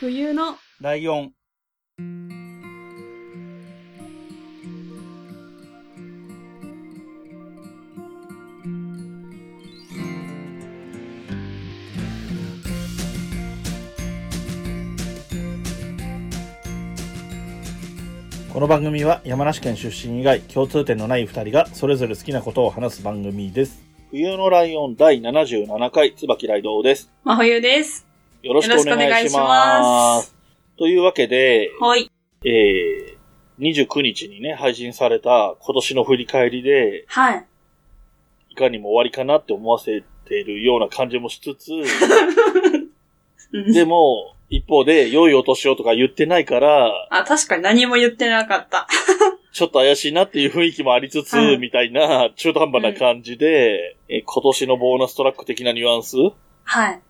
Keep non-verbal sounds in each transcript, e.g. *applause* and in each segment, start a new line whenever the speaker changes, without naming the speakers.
冬の
ライオン。この番組は山梨県出身以外共通点のない2人がそれぞれ好きなことを話す番組です。冬のライオン第77回、椿ライドウです。
真冬です。
よろしくお願いします。
よろしくお願いします
というわけで、
はい。
えー、29日にね、配信された今年の振り返りで、
はい。
いかにも終わりかなって思わせているような感じもしつつ、
うん
でも、一方で、良いお年をとか言ってないから、
あ、確かに何も言ってなかった。
ちょっと怪しいなっていう雰囲気もありつつ、
うん
みたいな中途半端な感じで、えー今年のボーナストラック的なニュアンス
はい。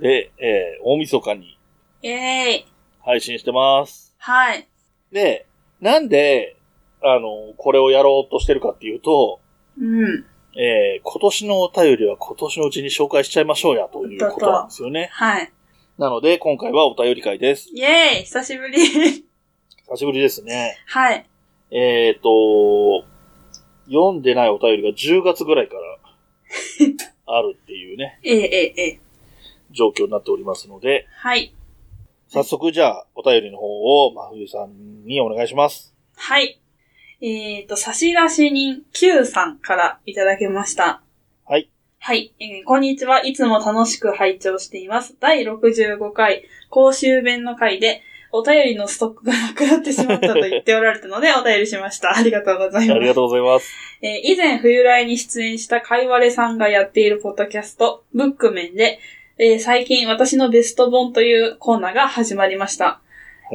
で、えー大晦日に
イェーイ。
配信してます。
はい。
で、なんで、あの、これをやろうとしてるかっていうと、
うん。
えー今年のお便りは今年のうちに紹介しちゃいましょうやということなんですよね。
はい。
なので、今回はお便り会です。
イェーイ久しぶ *laughs* り。
久しぶりですね。
はい。
えっ、と、読んでないお便りが10月ぐらいからあるっていうね、
ええええええ
状況になっておりますので、
はい。
早速じゃあ、お便りの方を、まふゆさんにお願いします。
はい。えっ、と、差出人 Q さんからいただきました。
はい。
はい、えーこんにちは。いつも楽しく拝聴しています。第65回、公衆弁の回で、お便りのストックがなくなってしまったと言っておられたので、お便りしました。ありがとうござ
あ
います
り。がとうございます。
えー以前、冬来に出演したかいわれさんがやっているポッドキャスト、ブックメンで、えー最近、私のベスト本というコーナーが始まりました。
は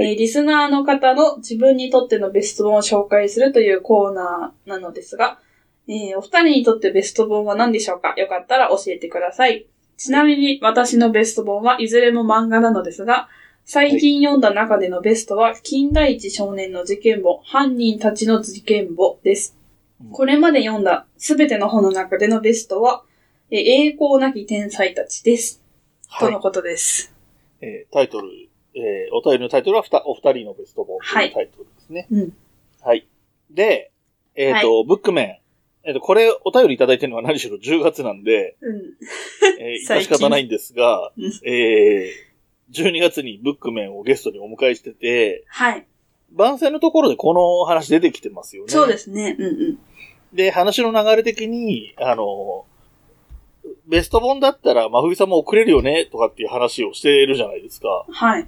い
えーリスナーの方の自分にとってのベスト本を紹介するというコーナーなのですが、えーお二人にとってベスト本は何でしょうかよかったら教えてください。ちなみに、私のベスト本はいずれも漫画なのですが、最近読んだ中でのベストは、金田一少年の事件簿、犯人たちの事件簿です。これまで読んだすべての本の中でのベストは、えー栄光なき天才たちです。
は
と
い
のことです。
えータイトル、えーお便りのタイトルはふたお二人のベスト本と
は
いう
い
タイトルですね。
うん。
はい。で、えっ、と、ブックメン。えっ、と、これ、お便りいただいてるのは何しろ10月なんで、
うん。
え
*laughs*
ー、致し方ないんですが
最近、
えー、12月にブックメンをゲストにお迎えしてて、
はい。
番宣のところでこの話出てきてますよね。。
そうですすね。うんうん。
で、話の流れ的に、あの、ベスト本だったら、まふみさんも送れるよね、とかっていう話をしているじゃないですか。
はい。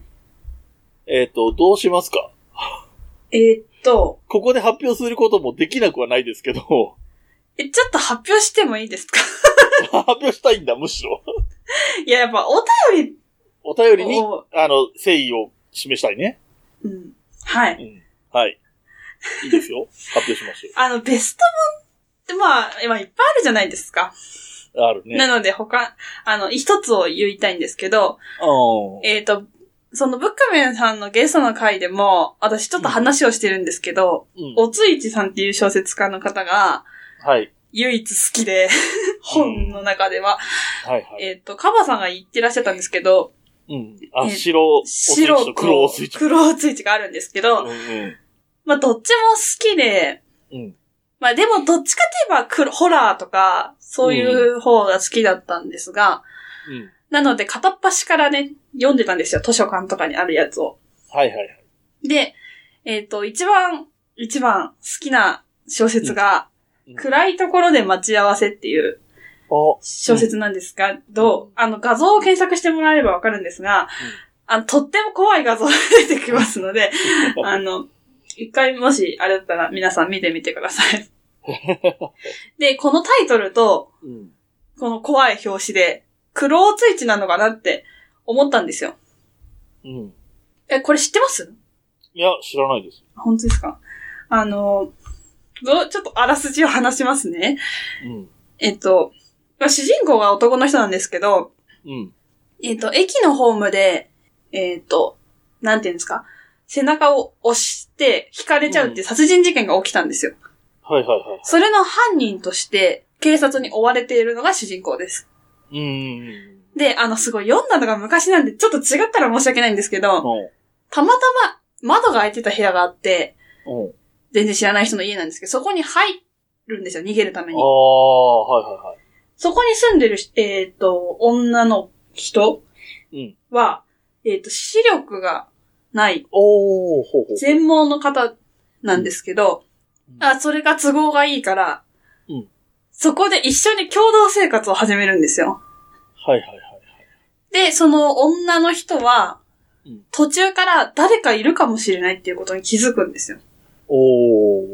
えっ、と、どうしますか
えーっと、
ここで発表することもできなくはないですけど、 *laughs*
え、ちょっと発表してもいいですか
発表したいんだ、むしろ。
*laughs* いや、やっぱお便
お
り
便りに、
を、
あの、誠意を示したいね。
うん。は
う
い。
ん。はい。いいですよ。発表しましょ
あの、ベスト本って、まあ、今いっぱいあるじゃないですか。
う。あるね。
なので他、あの、一つを言いたいんですけど、
うん。
えっ、と、そのブックメンさんのゲストの回でも、私ちょっと話をしてるんですけど、
うん
おついちさんっていう小説家の方が、
はい。
唯一好きで、本の中では、
はいはい。
えっ、と、カバさんが言ってらっしゃったんですけど、
うん。あ、
え
白、おスイッ
白
チ
と
と黒おスイッチ。
黒おついちがあるんですけ
う
ど、
んうん。
まあ、どっちも好きで、
うん。
まあ、でもどっちかといえば黒ホラーとか、そういう方が好きだったんですが、
うん。
なので片っ端からね、読んでたんですよ。図書館とかにあるやつを。
はいはいはい。
で、えっ、と、一番、一番好きな小説が、
うんうん
暗いところで待ち合わせっていう
*laughs* お、
小説なんですが、どうあの、画像を検索してもらえればわかるんですが、あの、とっても怖い画像が出てきますので、あの、一回もし、あれだったら皆さん見てみてください。で、このタイトルと、
うん。
この怖い表紙で、黒ついちなのかなって思ったんですよ。
うん。
え、これ知ってます
いや、知らないです。
本当ですかあの、どちょっとあらすじを話しますね。
うん。
えっと、まあ主人公が男の人なんですけど、
うん。
えっと、駅のホームで、えっと、なんていうんですか背中を押して、引かれちゃうっていう殺人事件が起きたんですよ。
はいはいはい。
それの犯人として、警察に追われているのが主人公です。
うん。
で、あの、すごい、読んだのが昔なんで、ちょっと違ったら申し訳ないんですけど、
うん。
たまたま窓が開いてた部屋があって、
うん。
全然知らない人の家なんですけど、そこに入るんですよ、逃げるため
あ
に。
あ、はいは
そこに住んでるし、えっ、と、女の人
いはい。うん。
は、えっ、と、視力がない、
おー、ほうほう。
全盲の方なんですけど、
うん
あ、それが都合がいいから、
うん
そこで一緒に共同生活を始めるんですよ。
はいはいはい。
で、その女の人は
うん、
途中から誰かいるかもしれないっていうことに気づくんですよ。
おー。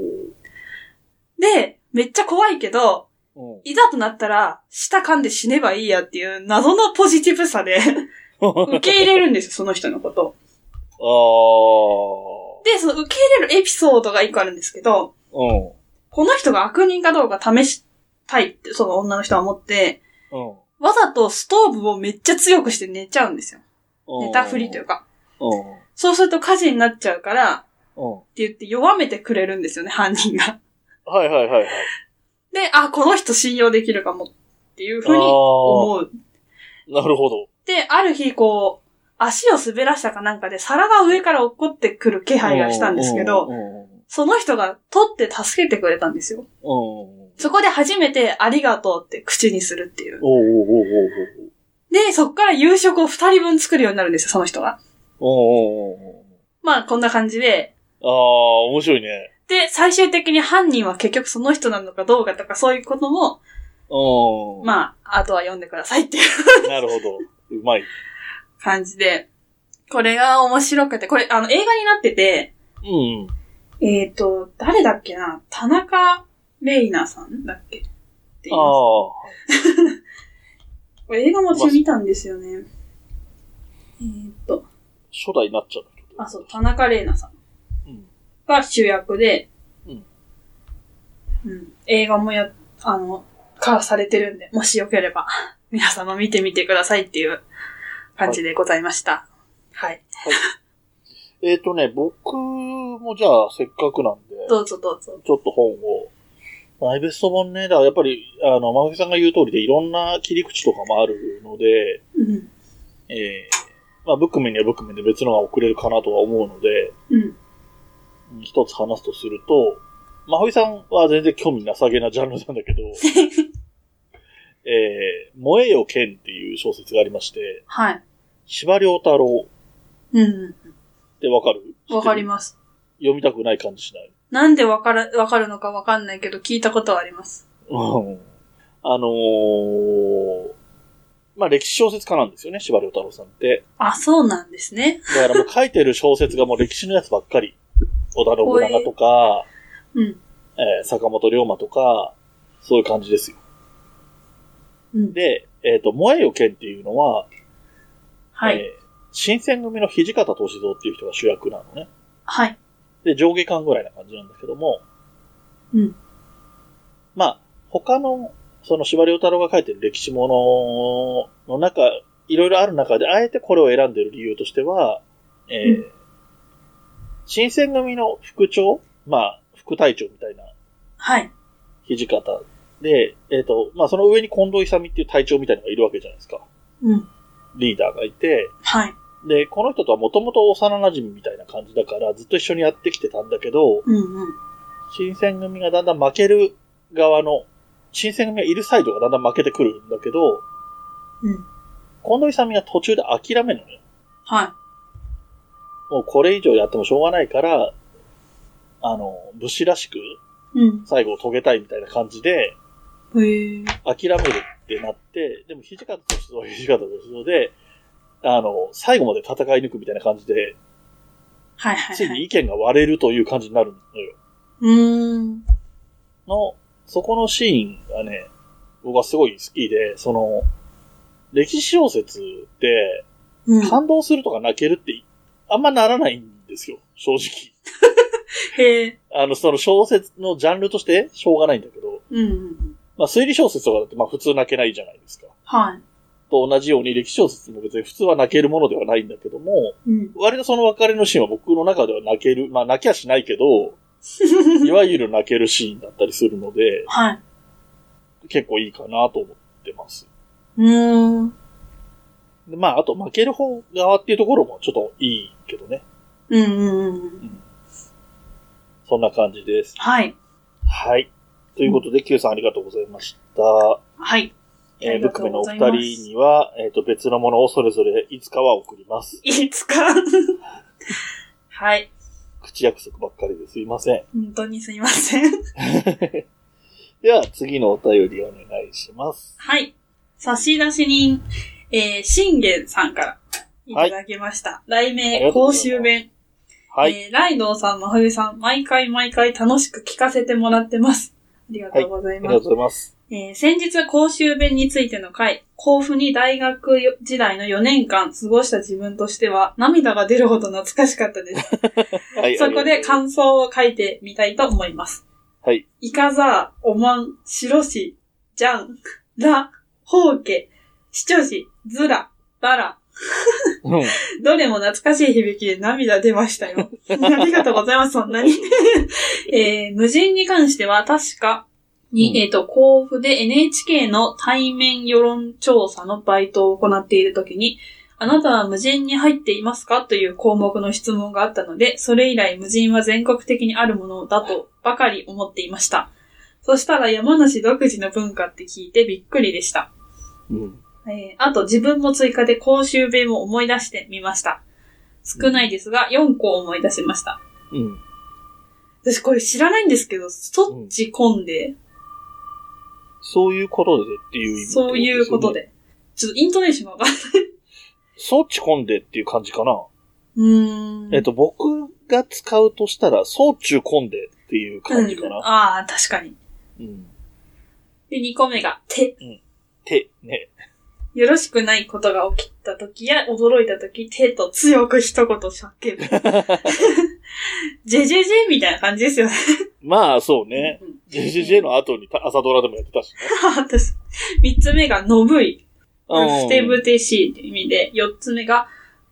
で、めっちゃ怖いけど、
うん。
いざとなったら、舌噛んで死ねばいいやっていう謎のポジティブさで *laughs* 受け入れるんですよ、その人のことを。
*laughs* あー。
で、その受け入れるエピソードが一個あるんですけど、
うん。
この人が悪人かどうか試したいって、その女の人は思って、
うん
わざとストーブをめっちゃ強くして寝ちゃうんですよ。
うん。
寝たふりというか。
うん。
そうすると火事になっちゃうから、っ
うん。
て言って弱めてくれるんですよね、犯人が。 *laughs*
はいはいはいはい。
で、あ、この人信用できるかもっていうふうに
あ
思う。
ー。なるほど。
で、ある日こう、足を滑らしたかなんかで皿が上から落っこってくる気配がしたんですけど、
うんうん
その人が取って助けてくれたんですよ。
うん。うん
そこで初めてありがとうって口にするっていう。
おーおーおー
で、そっから夕食を二人分作るようになるんですよ、その人が。
おーおーおーおーおー
まあ、こんな感じで、
あー、面白いね。
で、最終的に犯人は結局その人なのかどうかとかそういうことも、
うん。
まあ、あとは読んでくださいっていう
なるほど。うまい。
感じで、これが面白くて、これ、あの、映画になってて、
うん。
えっ、ー、と、誰だっけな田中玲奈さんだっけって言い
あ
ます。
あ。
これ映画も中見たんですよね。えっ、ー、と、
初代になっちゃう。
あ、そう、田中玲奈さん
うん。
が主役で、
うん
うん映画もや、あの、化されてるんで、もしよければ、 *laughs* 皆様見てみてくださいっていう感じでございました。はい。
えっ、とね、僕もじゃあせっかくなんで、
どうぞどうぞ。
ちょっと本を。マイベスト本ね、だからやっぱり、あの、まふさんが言う通りでいろんな切り口とかもあるので、
うん。
えー、まあ、ブックメンにはブックメンで別のが送れるかなとは思うので、
うん。
うん一つ話すとすると、まふさんは全然興味なさげなジャンルなん
*laughs*
だけど、えー、燃えよ剣っていう小説がありまして、
はい。
司馬遼太郎
うん
ってわかる
うん。わかり
ま
ます。
読みたくない感じしない
なんでわから、わかるのかわかんないけど、聞いたことはあります。
うんあのーまあ、歴史小説家なんですよね、司馬遼太郎さんって。
あ、そうなんですね。
だからもう書いてる小説がもう歴史のやつばっかり。織田信長とか、
うん。
えー坂本龍馬とか、そういう感じですよ。
うん。
で、えっ、と、萌えよ剣っていうのは、
はい。
えー新選組の土方歳三っていう人が主役なのね。
はい。
で、上下巻ぐらいな感じなんだけども、
うん。
まあ、他の、その司馬遼太郎が書いてる歴史ものの中、いろいろある中で、あえてこれを選んでる理由としては、えー
う
新選組の副長、まあ、副隊長みたいな
はい。
土方で、えっ、と、まあ、その上に近藤勇っていう隊長みたいなのがいるわけじゃないですか。
うん。
リーダーがいて、
はい。
で、この人とはもともと幼馴染みたいな感じだから、ずっと一緒にやってきてたんだけど、
うんうん。
新選組がだんだん負ける側の、新選組がいるサイドがだんだん負けてくるんだけど、
うん。
近藤勇が途中で諦めるのよ。
は
もうこれ以上やってもしょうがないから、あの、武士らしく
い。うん。
最後を遂げたいみたいな感じで、
へえ。
諦めるってなって、でも土方歳三は土方歳三で、あの、最後まで戦い抜くみたいな感じで、
はいはい、
つい
は
に
い。
意見が割れるという感じになるのよ。
うーん。
の、そこのシーンがね、僕はすごい好きで、その、歴史小説って、
うん。
感動するとか泣けるって、あんまならないんですよ、正直。
へえ。
あの、その小説のジャンルとして、しょうがないんだけど、
うんうんうん。
まあ推理小説とかだって、まあ普通泣けないじゃないですか。
は
と同じように歴史小説も別に普通は泣けるものではないんだけども、
い。うん。
割とその別れのシーンは僕の中では泣ける、まあ泣きはしないけど、いわゆる泣けるシーンだったりするので、
はい。
結構いいかなと思ってます。
うーん。
でまあ、あと負ける方側っていうところもちょっといいけどね。
うんうんうん。
そんな感じです。
はい。
はい。ということで、Q さんありがとうございました。
はい。あ
えー、
り
ブッ
が
ク
と
メ
う
ンのお
ご
二
ざいます
人には、えっ、と、別のものをそれぞれいつかは送ります。
いつか。はい。
口約束ばっかりですいません。
本当にすいません。
では、次のお便りお願いします。
はい。差出人、えー、信玄さんからいただきました。題
ありが
名、
とうご
公
ざいます
衆弁。
はい。
えー、ライドウさん、まふゆさん、毎回毎回楽しく聞かせてもらってます。ありがとうござい
ありが
ます
とう。ございます。
えー先日公衆弁についての回、甲府に大学時代の4年間過ごした自分としては涙が出るほど懐かしかったです。
はい。
そこで
ありがとうございま
感想を書いてみたいと思います。
すはい。
いかざ、おまん、しろし、じゃん、ら、ほうけ、しちょし、ずら、ばら、
うん。
*laughs* どれも懐かしい響きで涙出ました
*laughs*
よ。ありがとうございます、そんなに。 *laughs* えー無人に関しては確かに、
うん
えっ、と、甲府で NHK の対面世論調査のバイトを行っているときに、あなたは無人に入っていますかという項目の質問があったので、それ以来無人は全国的にあるものだとばかり思っていました。そしたら山梨独自の文化って聞いてびっくりでした。
うん。
えーあと自分も追加で公衆弁を思い出してみました。少ないですが、4個思い出しました。
うん。
私これ知らないんですけど、そっち込んで、
そういうことでっていう意味、
そういうこと。で。ちょっとイントネーションが
*laughs*
わかんない。
そっち込んでっていう感じかな。
うーん。
えっと、僕が使うとしたら、そう中込んでっていう感じか
うん
な。
ああ、確かに。
うん。
で、2個目が、手。
て、ね。
よろしくないことが起きた時や驚いた時、手と強く一
*laughs*
言叫ぶ。ジェジェジェみたいな感じですよね。
まあ、そうね。
うん。
JJJ の後にた朝ドラでもやってたしね。
*laughs* 私、3つ目が、のぶい。
うん
ふてぶてしいって意味で、四つ目が、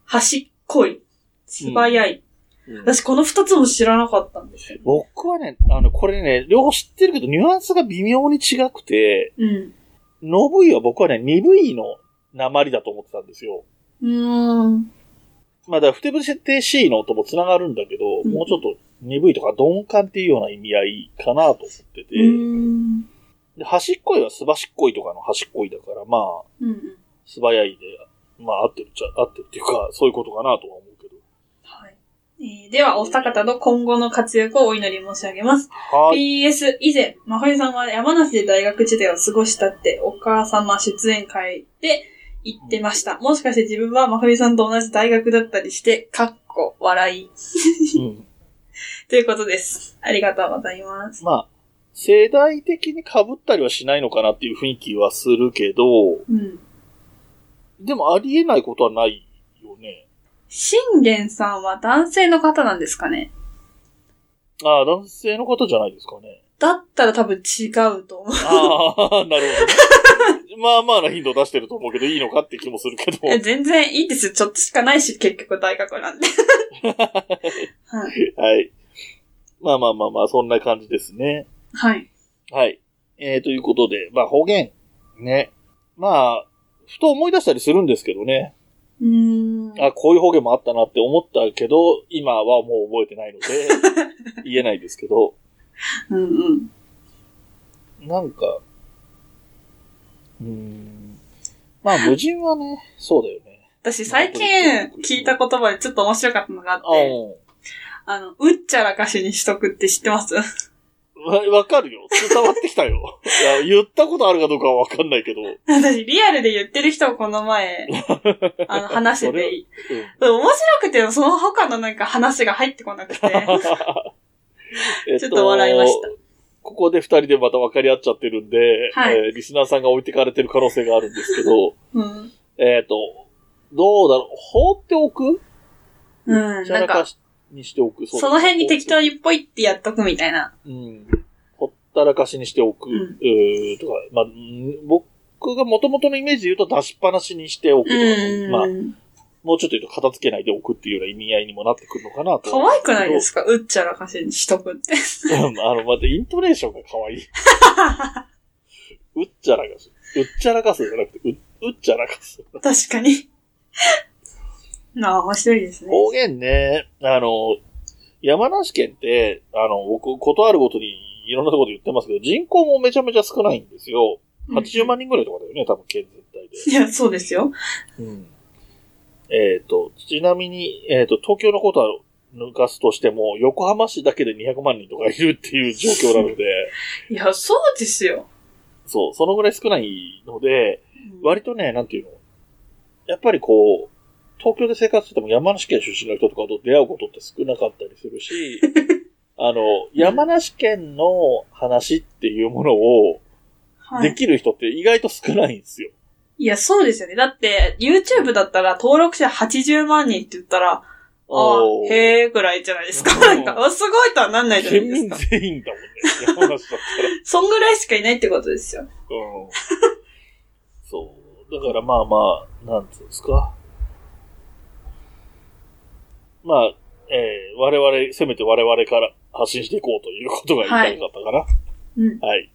端っこい、素早い。
うん
私、この二つも知らなかったんですよ。
僕はね、あの、これね、両方知ってるけど、ニュアンスが微妙に違くて、
うん。
ノブイは僕はね、ニブイの鉛だと思ってたんですよ。
うーん。
まあ、だから、ふてぶてしいのとも繋がるんだけど、
うん
もうちょっと、ニブイとか鈍感っていうような意味合いかなと思ってて、
うーん。
で端っこいはすばしっこいとかの端っこいだから、まあ、
うん。
素早いで、まあ、合ってるっちゃ、合ってるっていうか、そういうことかなとは思うけど。
はい。えーでは、お二方の今後の活躍をお祈り申し上げます。
はい。
PS、以前、まほりさんは山梨で大学時代を過ごしたって、お母様出演会で言ってました。もしかして自分はまほりさんと同じ大学だったりして、かっこ笑い。
うん
ということです。ありがとうございます。
まあ、世代的に被ったりはしないのかなっていう雰囲気はするけど、
うん。
でもありえないことはないよね。
信玄さんは男性の方なんですかね
ああ、男性の方じゃないですかね。
だったら多分違うと思う。
ああ、なるほどね。まあまあな頻度出してると思うけど、いいのかって気もするけど。
え全然いいですよ。ちょっとしかないし、結局大学なんで。はい。
はい。まあまあまあまあ、そんな感じですね。
はい。
はい。えー、ということで、まあ方言。ね。まあ、ふと思い出したりするんですけどね。
うーん。
あ、こういう方言もあったなって思ったけど、今はもう覚えてないので、
*laughs*
言えないですけど。
うんうん。
なんか、うーん。まあ、無人はね、そうだよね。
私最近聞いた言葉でちょっと面白かったのがあって、
う
あの、うっちゃらかしにしとくって知ってます *laughs*
ん。わ、わかるよ。伝わってきたよ。いや言ったことあるかどうかはわかんないけど。うん。
私リアルで言ってる人をこの前、あの、話してて、面白くて、その他のなんか話が入ってこなくて。
*laughs*
*laughs*
え
ちょっと笑いました。
ここで二人でまた分かり合っちゃってるんで、
はい
えーリスナーさんが置いてかれてる可能性があるんですけど、
うん。
えっと、どうだろう。放っておく
うん。
じゃ
なんか
らか、しにしておく。う
その辺に適当にポイってやっとくみたいな。
うん。ほったらかしにしておく、
うん
うーとか、まあ、うん僕が元々のイメージで言うと出しっぱなしにしておくとか、まあ、もうちょっと言うと片付けないでおくっていうような意味合いにもなってくるのかなと。
可愛くないですすかうっちゃらかしにしとくって。
けど *laughs* うんあの、またイントネーションが可愛
*laughs*
い。うっちゃらかす。うっちゃらかすじゃなくて、ううっちゃらかす。
確かに。ああ、面白いですね。
方言ね、あの、山梨県って、あの、僕、ことあるごとにいろんなところで言ってますけど、人口もめちゃめちゃ少ないんですよ。80万人ぐらいとかだよね、多分県全体で。
いや、そうですよ。
うんえっ、と、ちなみに、えっ、と、東京のことは抜かすとしても、横浜市だけで200万人とかいるっていう状況なので、
いや、そうですよ。
そう、そのぐらい少ないので、
うん
割とね、なんていうの、やっぱりこう、東京で生活してても山梨県出身の人とかと出会うことって少なかったりす
*laughs*
るし、あの、山梨県の話っていうものを
は
で
い。
きる人って意外と少ないんですよ。
いや、そうですよね。だって、YouTube だったら登録者80万人って言ったら、ああ
お、ー
へえ、ぐらいじゃないですか。
うん
なんか、あすごいとはなんないじゃない
県
です
民
か。
全
*laughs*
員だもんね、山梨だったら。
そんぐらいしかいないってことですよ。
うんそう。だからまあまあ、なんつうんですか。まあ、えー我々、せめて我々から発信していこうということが言いたいかったかな。は
うん。
い。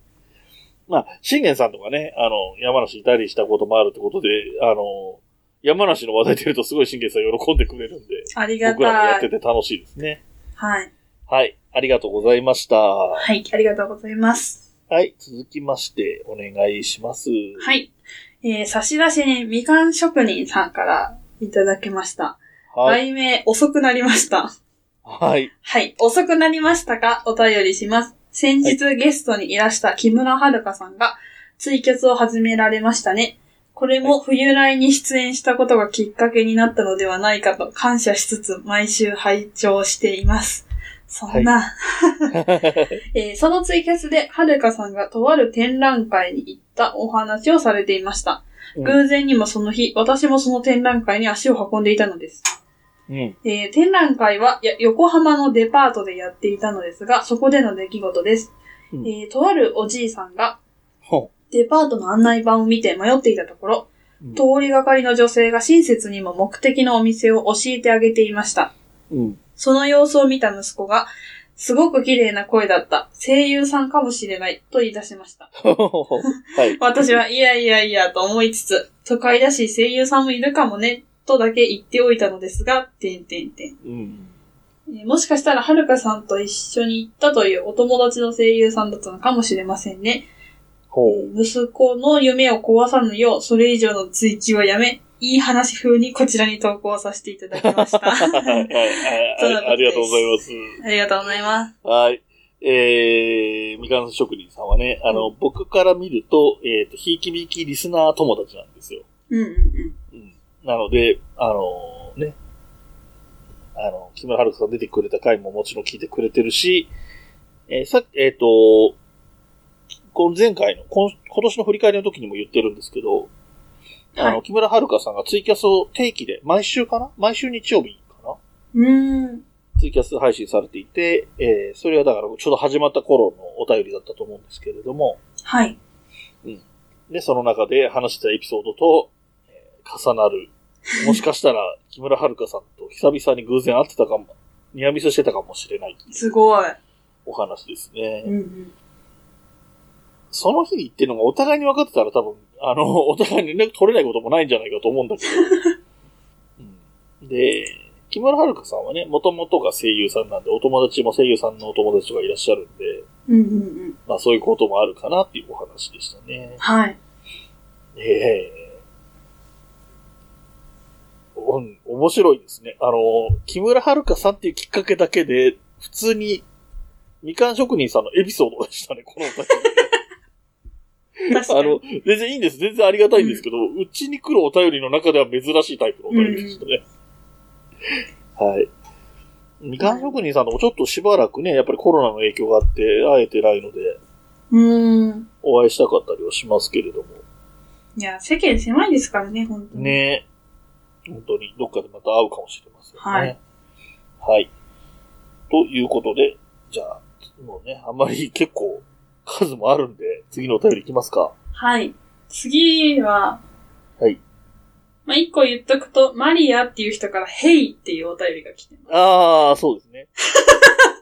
まあ、信玄さんとかね、あの、山梨いたりしたこともあるってことで、あの、山梨の話題出るとすごい信玄さん喜んでくれるんで、
ありが
僕らもや
た
って
い。
て楽しいですね。
はい。
はい。ありがとうございました。は
はい、ありがとうございます。
い。続きまして、お願いします。
はい。えー、差出人、みかん職人さんからいただきました。
はい。
題名、遅くなりました。
はい。
はい。遅くなりましたかお便りします。先日ゲストにいらした木村遥さんが、ツイキャスを始められましたね。これも冬来に出演したことがきっかけになったのではないかと感謝しつつ、毎週拝聴しています。そんな、 *laughs* えーそのツイキャスで、はるかさんがとある展覧会に行ったお話をされていました。
うん
偶然にもその日、私もその展覧会に足を運んでいたのです。
うん。
えー展覧会はや横浜のデパートでやっていたのですが、そこでの出来事です。
うん
えーとあるおじいさんが、
ほ
デパートの案内板を見て迷っていたところ、
うん
通りがかりの女性が親切にも目的のお店を教えてあげていました。
うん。
その様子を見た息子が、すごく綺麗な声だった。声優さんかもしれない。と言い出しました。
はい。
私は、いやいやいや、と思いつつ、都会だし声優さんもいるかもね、とだけ言っておいたのですが、てんてんてん。
うん。
えーもしかしたら、はるかさんと一緒に行ったというお友達の声優さんだったのかもしれませんね。え
ほう。
ー息子の夢を壊さぬよう、それ以上の追求はやめ、いい話風にこちらに投稿させていただき
*laughs*
ました。 *laughs*
はい
あ
はいはい。ありがとうございます。
りがとうございます。
はい。えー、みかん職人さんはね、あの、僕から見ると、えっ、と、ひいきびきリスナー友達なんですよ。
うんうんうん。
うん。なので、あのね、あの、木村春子さん出てくれた回ももちろん聞いてくれてるし、えーさえっ、と、この前回の、こん今年の振り返りの時にも言ってるんですけど、あ
は
の、
い。
木村遥さんがツイキャスを定期で、毎週かな毎週日曜日かな
うーん。
ツイキャス配信されていて、えーそれはだからちょうど始まった頃のお便りだったと思うんですけれども、
はい。
で、その中で話したエピソードと、えー重なる。もしかしたら、 *laughs* 木村遥さんと久々に偶然会ってたかも、ニアミスしてたかもしれない
すごい。
お話です
う
ね。
んうん。
その日に言ってるのがお互いに分かってたら多分、あの、 *laughs* お互いに連絡取れないこともないんじゃないかと思うんだけど。うんで、木村遥さんはね、もともとが声優さんなんで、お友達も声優さんのお友達とかいらっしゃるんで、
うんうんうん。
まあそういうこともあるかなっていうお話でしたね。
はい。
ええうん、面白いですね。あの、木村遥さんっていうきっかけだけで、普通に、みかん職人さんのエピソードでしたね、このお便り
確か
あ
に
の。、全然いいんです。全然ありがたいんですけど、うちに来るお便りの中では珍しいタイプのお便りでしたね。はい。みかん職人さんともちょっとしばらくね、やっぱりコロナの影響があって、会えてないので、
うーん。
お会いしたかったりはしますけれども。
いや、世間狭いですからね、本当に。
ねえ。本当に、どっかでまた会うかもしれませんね。
はい。
はい。ということで、じゃあ、もうね、あんまり結構数もあるんで、次のお便りいきますか。
はい。次は、
はい。
まあ、一個言っとくと、マリアっていう人から、ヘイっていうお便りが来てます。
ああ、そうで
*laughs*
すね。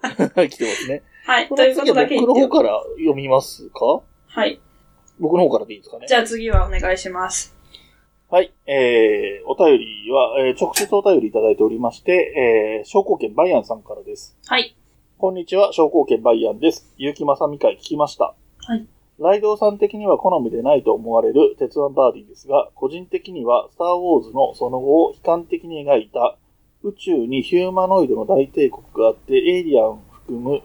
*laughs* 来てますね。
はい。
こと
い
の
うこと
次は
だけ言っ
僕
て
の
お
方
く
から読みますか
はい。
僕の方からでいいですかね
じ。ゃあ次はお願いします。
はい。えー、お便りは、えー直接お便りいただいておりまして、えー、商工券バイアンさんからです。
はい。
こんにちは、商工券バイアンです。結城正美会聞きました。
はい。
ライドウさん的には好みでないと思われる鉄腕バーディーですが、個人的には、スター・ウォーズのその後を悲観的に描いた、宇宙にヒューマノイドの大帝国があって、エイリアンを含む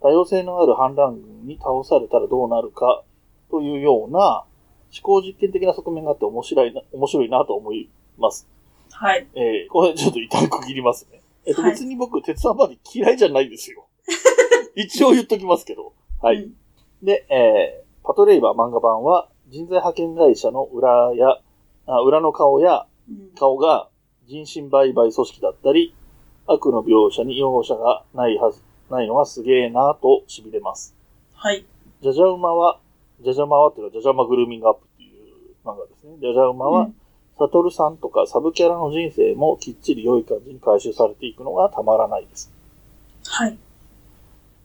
多様性のある反乱軍に倒されたらどうなるか、というような、思考実験的な側面があって面白いな、面白いなと思います。
はい。
えー、これちょっと一旦区切りますね。えっと、
はい
別に僕、鉄腕バーディー嫌いじゃないで
*laughs*
すよ。一応言っときますけど。はい。
うん
で、えー、パトレイバー漫画版は、人材派遣会社の裏や、あ裏の顔や、
うん
顔が人身売買組織だったり、悪の描写に容赦がないはず、ないのはすげえなぁと痺れます。
はい。
じゃじゃ馬は、じゃじゃ馬はっていうのは、じゃじゃ馬グルーミングアップっていう漫画ですね。じゃじゃ馬は、サトルさんとかサブキャラの人生もきっちり良い感じに回収されていくのがたまらないです。
はい。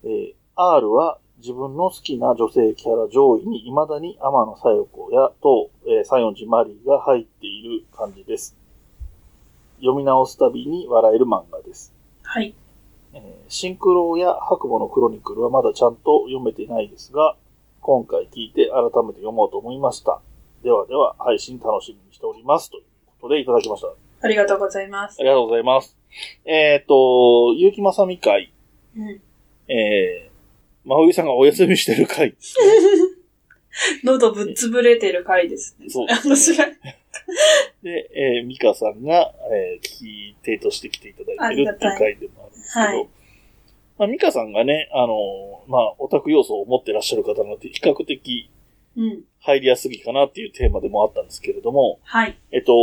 えー R は自分の好きな女性キャラ上位に未だに天野小夜子やと、えー、西園寺マリーが入っている感じです。読み直すたびに笑える漫画です。
はい。
えーシンクロや白母のクロニクルはまだちゃんと読めていないですが、今回聞いて改めて読もうと思いました。ではでは配信楽しみにしております。ということでいただきました。
ありがとうございます
あ。りがとうございます。えっ、と、結城正美会、
うん。
えー、真冬さんがお休みしてる会。
喉ぶっつぶれてる回です *laughs* ね。
そう
私が、
で、えー、美香さんが、えー、聞いてとして来ていただいてるっていう回でもあるんですけど、
ありがたいはい
まあ、美香さんがね、あのーまあ、オタク要素を持ってらっしゃる方なので、比較的
うん。
入りやすいかなっていうテーマでもあったんですけれども、
はい。
えっと、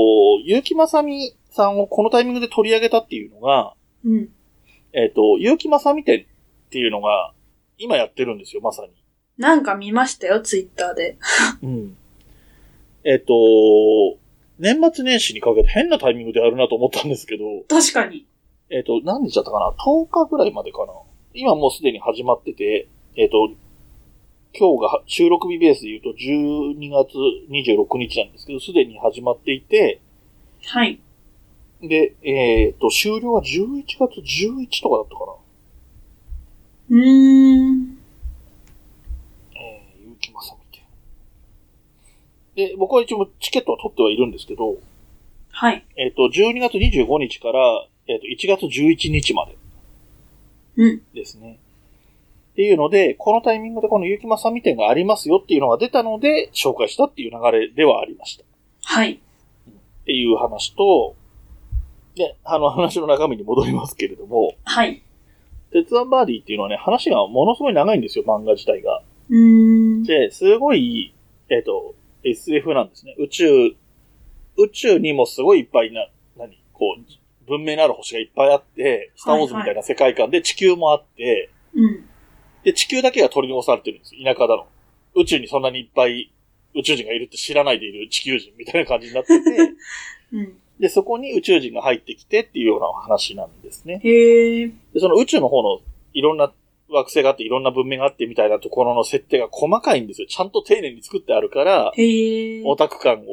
結城正美さんをこのタイミングで取り上げたっていうのが、
うん。
えっと、結城正美店っていうのが、今やってるんですよ、まさに。
なんか見ましたよ、ツイッターで。
うん。えっ、と、年末年始にかけて変なタイミングでやるなと思ったんですけど、
確かに。
えっ、と、何日だったかな ?10 日ぐらいまでかな今もうすでに始まってて、えっ、と、今日が収録日ベースで言うと12月26日なんですけど、すでに始まっていて、
はい。
で、えっ、と、終了は11月11とかだったかな
うーん。
えー、結城正美店。で、僕は一応チケットは取ってはいるんですけど、
はい。
えっ、と、12月25日から、えっ、と、1月11日まで
うん。
ですね。っていうので、このタイミングでこの結城正美店がありますよっていうのが出たので、紹介したっていう流れではありました。っ
はい。
ていう話と、で、あの話の中身に戻りますけれども、
はい。
鉄腕バーディーっていうのはね、話がものすごい長いんですよ、漫画自体が。
うーん。
で、すごい、えっ、と、SF なんですね。宇宙、宇宙にもすごいいっぱいな、何こう、文明のある星がいっぱいあって、スターウォーズみたいな世界観で地球もあって、
うん。
で、地球だけが取り残されてるんです。田舎だの。宇宙にそんなにいっぱい宇宙人がいるって知らないでいる地球人みたいな感じになって *laughs* て、
うん。
で、そこに宇宙人が入ってきてっていうようなお話なんですね。
へえ。
で、その宇宙の方のいろんな惑星があっていろんな文明があってみたいなところの設定が細かいんですよ。ちゃんと丁寧に作ってあるから、
へえ。
オタク感を、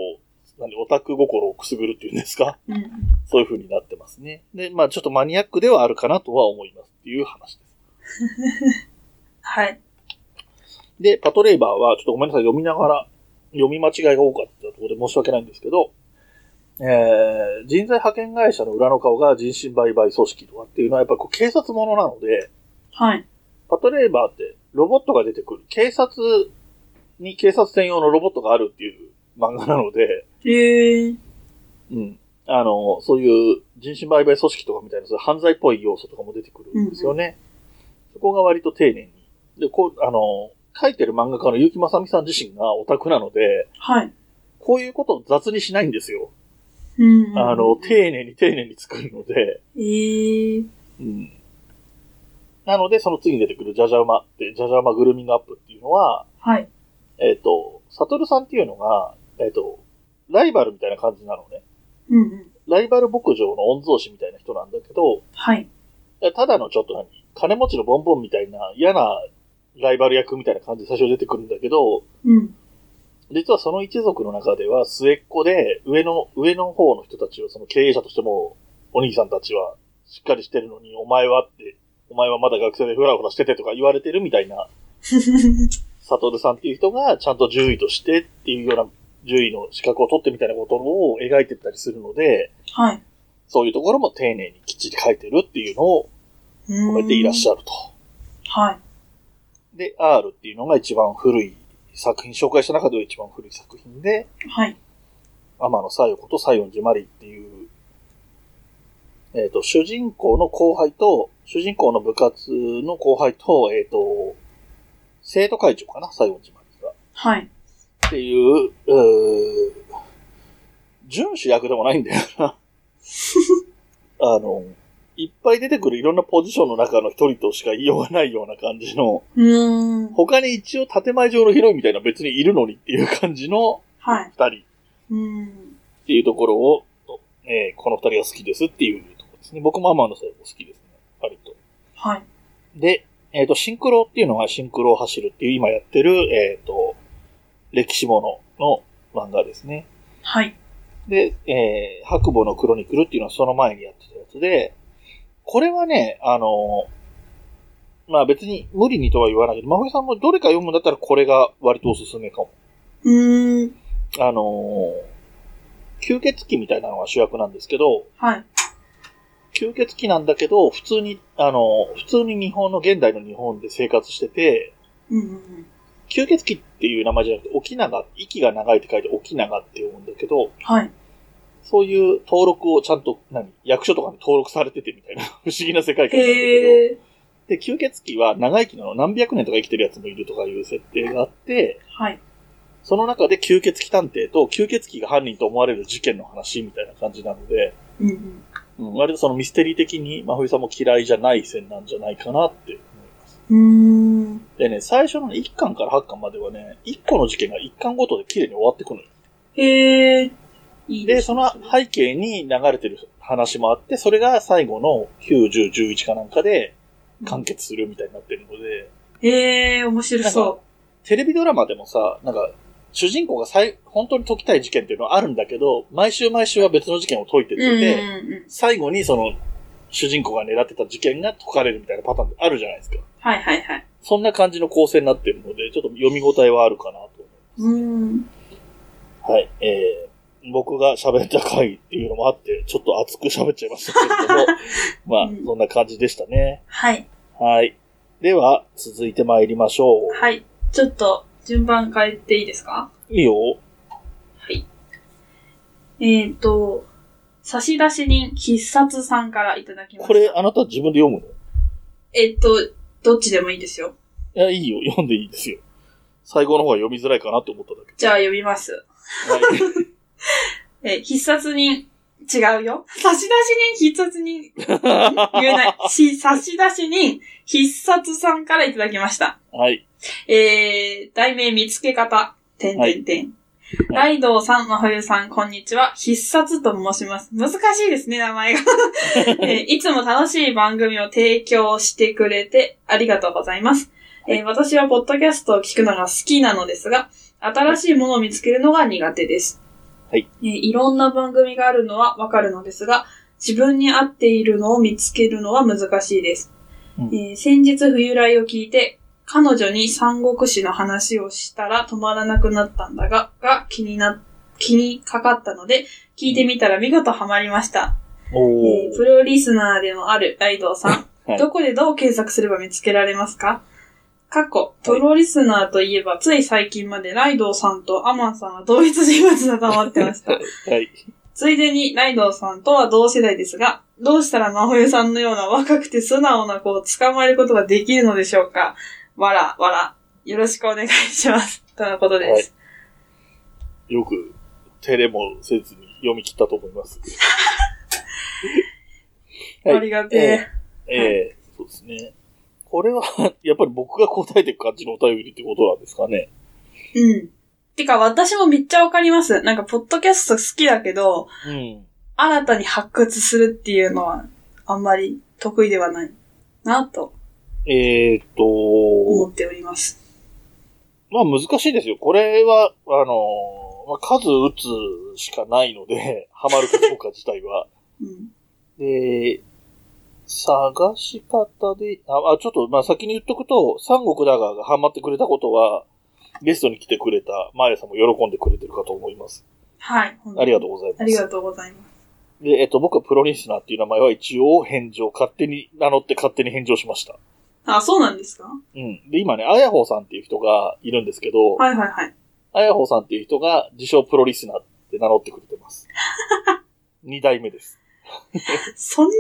何オタク心をくすぐるっていうんですか *laughs*
うんうん。
そういう風になってますね。で、まあちょっとマニアックではあるかなとは思いますっていう話です。
はい。
で、パトレイバーは、ちょっとごめんなさい、読みながら、読み間違いが多かったところで申し訳ないんですけど、えー、人材派遣会社の裏の顔が人身売買組織とかっていうのは、やっぱりこう警察ものなので、
はい。
パトレイバーってロボットが出てくる。警察に警察専用のロボットがあるっていう漫画なので、
へえ。
うん。あの、そういう人身売買組織とかみたいな、そういう犯罪っぽい要素とかも出てくるんですよね。そこが割と丁寧に。で、こう、あの、書いてる漫画家の結城正美さん自身がオタクなので、
はい。
こういうことを雑にしないんですよ。
うん。
あの、、丁寧に丁寧に作るので、
ええ。
うん。なので、その次に出てくるジャジャ馬って、ジャジャ馬グルーミングアップっていうのは、
はい。
えっ、と、サトルさんっていうのが、えっ、と、ライバルみたいな感じなのね。
うんうん。
ライバル牧場の御曹司みたいな人なんだけど、
はい。
ただのちょっと何金持ちのボンボンみたいな嫌なライバル役みたいな感じで最初出てくるんだけど、
うん。 *laughs*
実はその一族の中では末っ子で、上の、上の方の人たちを、その経営者としても、お兄さんたちはしっかりしてるのに、お前はって、お前はまだ学生でふらふらしててとか言われてるみたいな、サトルさんっていう人がちゃんと獣医としてっていうような、獣医の資格を取ってみたいなことを描いてったりするので、
はい。
そういうところも丁寧にきっちり書いてるっていうのを
う
込めていらっしゃると。
ゃはい。
で、R っていうのが一番古い作品、紹介した中では一番古い作品で、
はい。
天野小夜子と西園寺マリっていう、えっ、と、主人公の後輩と、主人公の部活の後輩と、えっ、と、生徒会長かな、西園寺マリが。
はい。
っていう、うー準主役でもないんだよな。 *laughs* あの、いっぱい出てくるいろんなポジションの中の一人としか言いようがないような感じの、
うーん。
他に一応建前上のヒロインみたいな別にいるのにっていう感じの
はい。
二人っ
うーん。
ていうところを、えーこの二人が好きですっていうところですね。僕もアマンの最後好きですね。割と。
はい。
で、えっ、と、シンクロっていうのはシンクロを走るっていう今やってる、えっ、と、歴史ものの漫画ですね。
はい。
で、えー、白母のクロニクルっていうのはその前にやってたやつで、これはね、あのーまあ別に無理にとは言わないけど、まふさんもどれか読むんだったらこれが割とおすすめかも。
うーん。
あのー吸血鬼みたいなのが主役なんですけど、
はい。
吸血鬼なんだけど、普通に、あのー普通に日本の、現代の日本で生活してて、
うんうんうん。
吸血鬼っていう名前じゃなくて、沖永、息が長いって書いて沖永って読むんだけど、
はい。
そういう登録をちゃんと、何役所とかに登録されててみたいな *laughs* 不思議な世界観なんだけ
へえ。
ど。で、吸血鬼は長生きなの何百年とか生きてるやつもいるとかいう設定があって、
はい。
その中で吸血鬼探偵と吸血鬼が犯人と思われる事件の話みたいな感じなので、
うんうん。
うん、割とそのミステリー的に真冬さんも嫌いじゃない線なんじゃないかなって思います。
うーん。
でね、最初のね1巻から8巻まではね、1個の事件が1巻ごとで綺麗に終わってくるのよ
へえ。いい
で、
です
そ
ね
の背景に流れてる話もあって、それが最後の9、10、11かなんかで完結するみたいになってるので、
へえ、面白そ
テレビドラマでもさ、なんか、主人公が最本当に解きたい事件っていうのはあるんだけど、毎週毎週は別の事件を解いて
う。
ってて、
うんうん。
最後にその、主人公が狙ってた事件が解かれるみたいなパターンってあるじゃないですか。
はいはいはい。
そんな感じの構成になってるので、ちょっと読み応えはあるかなと。
うーん。
はい、えー、僕が喋った回っていうのもあって、ちょっと熱く喋っちゃいましたけれど
*laughs*
も、まあ
うん、
そんな感じでしたね。
はい。
はい。では、続いて参りましょう。
はい。ちょっと、順番変えていいですか
いいよ。
えっと、差出人、必殺さんからいただきました。
これ、あなた自分で読むのい
えっと、どっちでもいいですよ。
や、いいよ。読んでいいですよ。最後の方が読みづらいかなって思っただけ
じゃあ読みます。。
はい、
えー、必殺人、違うよ。 *laughs* 差出人、必殺
*laughs*
人、言えない。し、差出人、必殺さんからいただきました。
はい。
えー、題名見つけ方、てんてんてん。ライドウさん、まほゆさん、こんにちは。必殺と申します。難しいですね、名
*laughs*
前が、えーいつも楽しい番組を提供してくれてありがとうございます。えー
はい
私はポッドキャストを聞くのが好きなのですが、新しいものを見つけるのが苦手です。
はい。
えーいろんな番組があるのはわかるのですが、自分に合っているのを見つけるのは難しいです。
うん
えー先日冬来を聞いて、彼女に三国志の話をしたら止まらなくなったんだが、が気にな、気にかかったので、聞いてみたら見事ハマりました。え
お
ープロリスナーでもあるライドウさん、
*laughs* はい
どこでどう検索すれば見つけられますか過去、プロリスナーといえば、つい最近までライドウさんとアマンさんは同一人物だと思ってました。
ー。はい。
ついでに、ライドウさんとは同世代ですが、どうしたら真冬さんのような若くて素直な子を捕まえることができるのでしょうかわら、わら。よろしくお願いします。 *laughs* とのことです。
よく、照れもせずに読み切ったと思います。はい
ありがて
ええそうですね。これは、 *laughs* やっぱり僕が答えていく感じのお便りってことなんですかね。
え。うん。てか、私もめっちゃわかります。なんか、ポッドキャスト好きだけど、
うん。
新たに発掘するっていうのは、あんまり得意ではないな、と
えーっと、
思っております。
まあ難しいですよ。これは、あの、まあ、数打つしかないので、 *laughs* ハマるかどうか自体は。
うん。
で、探し方で、あ、あちょっと、まあ、先に言っとくと、三国だががハマってくれたことは、ゲストに来てくれた、マーヤさんも喜んでくれてるかと思います。
はい。
ありがと
う。
うございます。
ありがとうございます。
で、えっと、僕はプロリスナーっていう名前は一応返上、勝手に名乗って勝手に返上しました。
あ、そうなんですか
うん。で、今ね、あやほさんっていう人がいるんですけど、
はいはいはい。
あやほさんっていう人が自称プロリスナーって名乗ってくれて
*laughs*
ます。二代目です。
そんな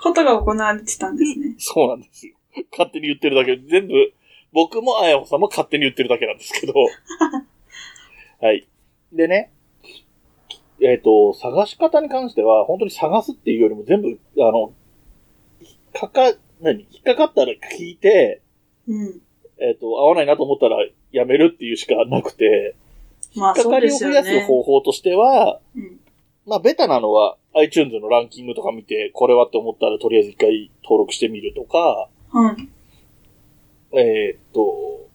ことが行われてたんですね。
そうなんですよ。勝手に言ってるだけ、全部、僕もあやほさんも勝手に言ってるだけなんですけど。はい。でね、えっ、と、探し方に関しては、本当に探すっていうよりも全部、あの、かか、何引っかかったら聞いて、
うん。
えっ、と、合わないなと思ったらやめるっていうしかなくて、
まあ
か
そ
か
うで
りを
す
増
よ
やす
ね。
方法としては、
うん。
まあ、ベタなのは iTunes のランキングとか見て、これはって思ったらとりあえず一回登録してみるとか、
はい。
えーっと、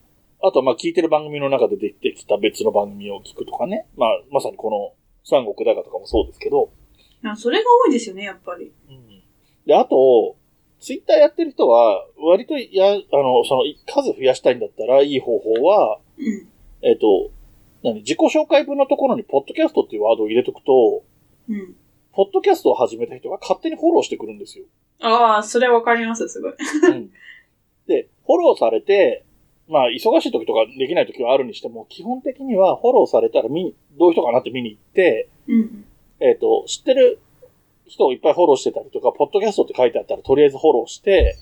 あとはまあ聞いてる番組の中で出てきた別の番組を聞くとかね。まあ、まさにこの三国だがとかもそうですけど。
あそれが多いですよね、やっぱり。
うん。で、あと、ツイッターやってる人は、割とや、あの、その、数増やしたいんだったらいい方法は、
うん。
えーっと、何自己紹介文のところに、ポッドキャストっていうワードを入れとくと、
うん。
ポッドキャストを始めた人が勝手にフォローしてくるんですよ。
ああ、それわかります、すごい。
うん *laughs* で、フォローされて、まあ、忙しい時とかできない時はあるにしても、基本的にはフォローされたら見に、どういう人かなって見に行って、
うん。
えっ、と、知ってる人をいっぱいフォローしてたりとか、ポッドキャストって書いてあったらとりあえずフォローして、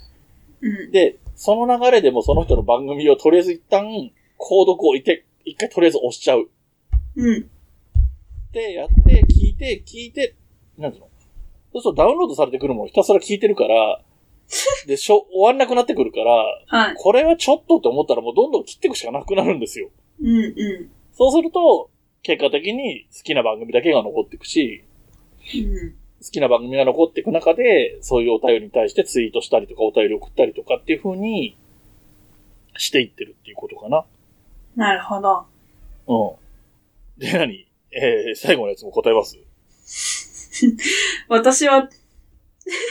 うん。
で、その流れでもその人の番組をとりあえず一旦、購読をいて、一回とりあえず押しちゃう。
うん。
で、やって、聞いて、聞いて、なんていうのそうするとダウンロードされてくるものをひたすら聞いてるから、で、しょ、終わんなくなってくるから、
はい。
これはちょっとって思ったらもうどんどん切っていくしかなくなるんですよ。
うんう
そうすると、結果的に好きな番組だけが残っていくし、
ん。うん。
好きな番組が残っていく中で、そういうお便りに対してツイートしたりとか、お便り送ったりとかっていう風にしていってるっていうことかな。
なるほど。
うん。で、何えー、最後のやつも答えます
私は、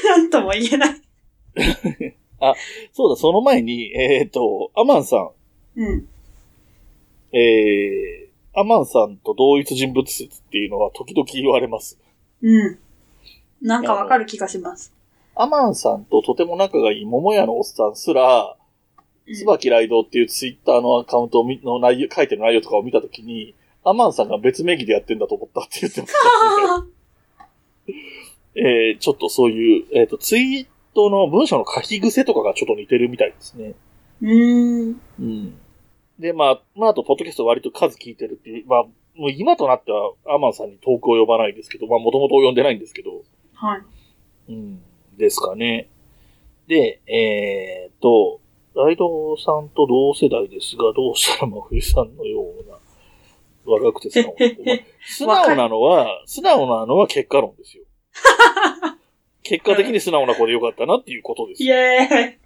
なんとも言えない。
そうだ、その前に、えっ、と、アマンさん、
うん。
えー、アマンさんと同一人物説っていうのは時々言われます。
うん。なんかわかる気がします。
アマンさんととても仲がいい桃屋のおっさんすら、
うん
椿ライドっていうツイッターのアカウントをみの内容、書いてる内容とかを見たときに、アマンさんが別名義でやってんだと思ったって言ってま
*laughs*
した、
あ
えー、ちょっとそういう、えっ、と、ツイートの文章の書き癖とかがちょっと似てるみたいですね。
*laughs* ーうーん。
うん。で、まあ、まあ、あと、ポッドキャスト割と数聞いてるっていう、まあ、もう今となってはアマンさんにトークを呼ばないですけど、まあ、もともと呼んでないんですけど、
はい。
うん、ですかね。で、えー、っと、ライドさんと同世代ですが、どうしたら真冬さんのような、若くて素直な。お前素直なのは、素直なのは結果論ですよ。結果的に素直な子でよかったなっていうことです
イ。エ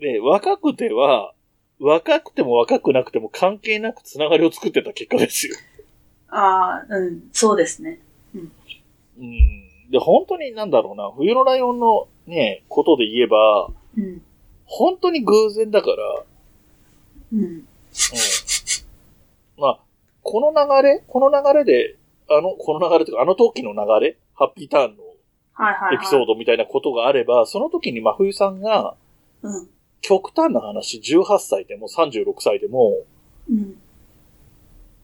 で、若くては、若くても若くなくても関係なくつながりを作ってた結果ですよ。
ーイああ、うん。そうですね。
うん。で、本当になんだろうな、冬のライオンのね、ことで言えば、
うん。
本当に偶然だから、
うん。
うんまあ、この流れ、この流れで、あの、この流れというか、あの時の流れ、ハッピーターンの
はいはいはい。
エピソードみたいなことがあれば、その時に真冬さんが、
うん。
極端な話、18歳でも36歳でも、
うん。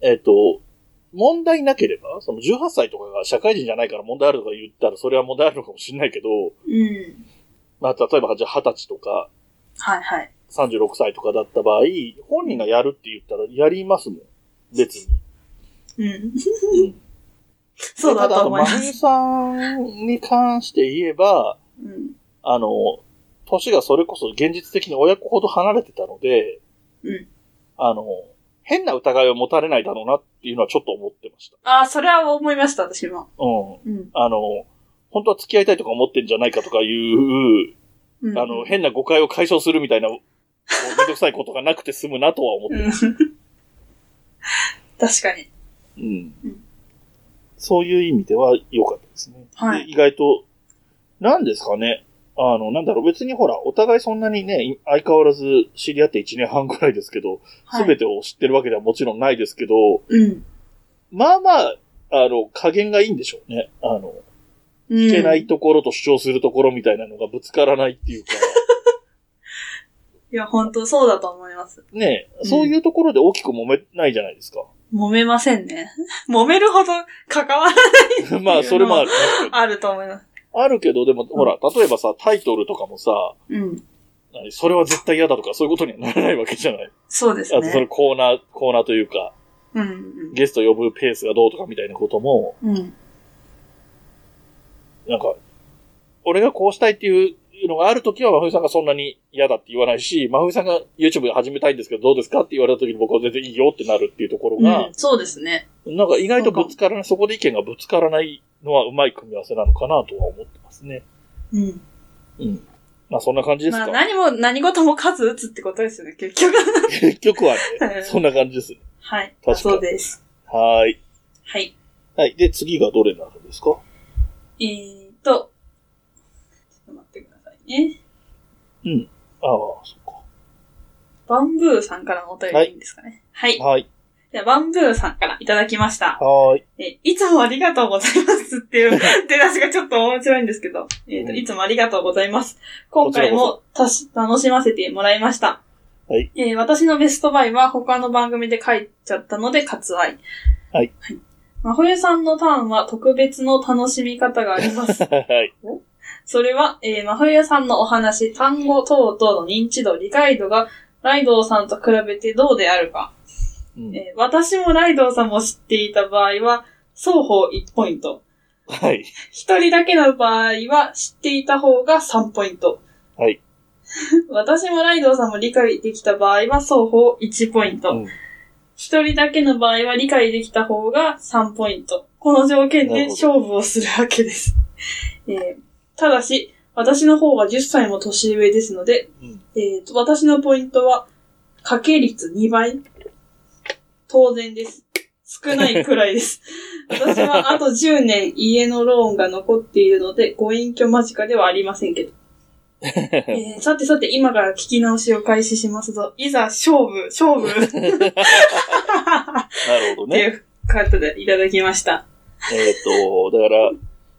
えっ、と、問題なければ、その18歳とかが社会人じゃないから問題あるとか言ったら、それは問題あるのかもしれないけど、
うん。
まあ、例えば、じゃあ20歳とか、
はいはい。
36歳とかだった場合、本人がやるって言ったら、やりますもん。別に。
うん。そうだと思いま
ただ、真
す。
由さんに関して言えば、
うん。
あの、年がそれこそ現実的に親子ほど離れてたので、
うん
あの、変な疑いを持たれないだろうなっていうのはちょっと思ってました。
ああ、それは思いました、私も。
う
う
ん。
ん。
あの、本当は付き合いたいとか思ってんじゃないかとかいう、
うん
あの、変な誤解を解消するみたいな、こうめんどくさいことがなくて済むなとは思って
うん。確かに。
うん
うん。
そういう意味では良かったですね。
はい
で意外と、なんですかね。あの、なんだろう、別にほら、お互いそんなにね、い相変わらず知り合って1年半くらいですけど、
は
す
い。
べてを知ってるわけではもちろんないですけど、
うん。
まあまあ、あの、加減がいいんでしょうね。あの、
うん
いけないところと主張するところみたいなのがぶつからないっ
*laughs*
ていうか、
いや、本当そうだと思います。
ねえ
うん
そういうところで大きく揉めないじゃないですか。 *laughs*
揉めませんね。揉めるほど関わら
まあ、それもある。
あると思います。
あるけど、でも、ほら、例えばさ、タイトルとかもさ、
うん。
何それは絶対嫌だとか、そういうことにはならないわけじゃない。
そうです
あと、そ
ね
れ。コーナー、コーナーというか、
うんうん
ゲスト呼ぶペースがどうとかみたいなことも、
うん。うん。
なんか、俺がこうしたいっていうのがあるときは、まふみさんがそんなに嫌だって言わないし、まふみさんが YouTube 始めたいんですけど、どうですかって言われたときに僕は全然いいよってなるっていうところ
う
が
ん、、そうですね。
なんか意外とぶつからない、そこで意見がぶつからないのはうまい組み合わせなのかなとは思ってますね。
うん。
うん。まあそんな感じです
まあ
か。
何も、何事も数打つってことですよね、結局。 *laughs*
結局は *laughs* ね、そんな感じです。
はい。
かに
そうです。
はーい。
はい。
はい。で、次がどれになるんですか
えーっと、ちょっと待ってくださいね。
ああ、そっ
バンブーさんからのお便りでいいんですかね。はい。
か。はい。
じゃあバンブーさんからいただきました。
はーい。
え、いつもありがとうございますっていう出だしがちょっと面白いんですけど、えーと
うん
いつもありがとうございます。今回もたし楽しませてもらいました。
はい
えー私のベストバイは他の番組で書いちゃったので割愛。
はい。
真冬さんのターンは特別の楽しみ方があります。
はい。
それは、えー、真冬さんのお話、単語等々の認知度、理解度がライドウさんと比べてどうであるか。
うん
えー私もライドウさんも知っていた場合は、双方1ポイント。
はい。
一人だけの場合は、知っていた方が3ポイント。
はい。
*laughs* 私もライドウさんも理解できた場合は、双方1ポイン
う
ト。
ん
一、人だけの場合は、理解できた方が3ポイント。この条件
な
で
るほど
勝負をするわけです。えーただし、私の方は10歳も年上ですので、
うん
えーと私のポイントは、掛け率2倍。当然です。少ないくらい *laughs* です。私はあと10年家のローンが残っているので、ご隠居間近ではありません *laughs* けど。えーさてさて、今から聞き直しを開始しますぞ。いざ、勝負、勝負っ
なるほど
てい
ね。
うカートでいただきました。
えっと、だから、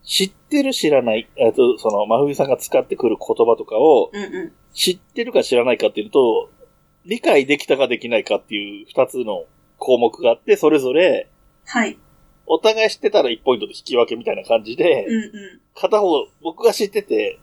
知ってる知らない、えっと、その、まふみさんが使ってくる言葉とかを、
うんうん。
知ってるか知らないかっていうと、理解できたかできないかっていう二つの項目があって、それぞれ、
はい。
お互い知ってたら1ポイントで引き分けみたいな感じで、
うんうん。
片方、僕が知ってて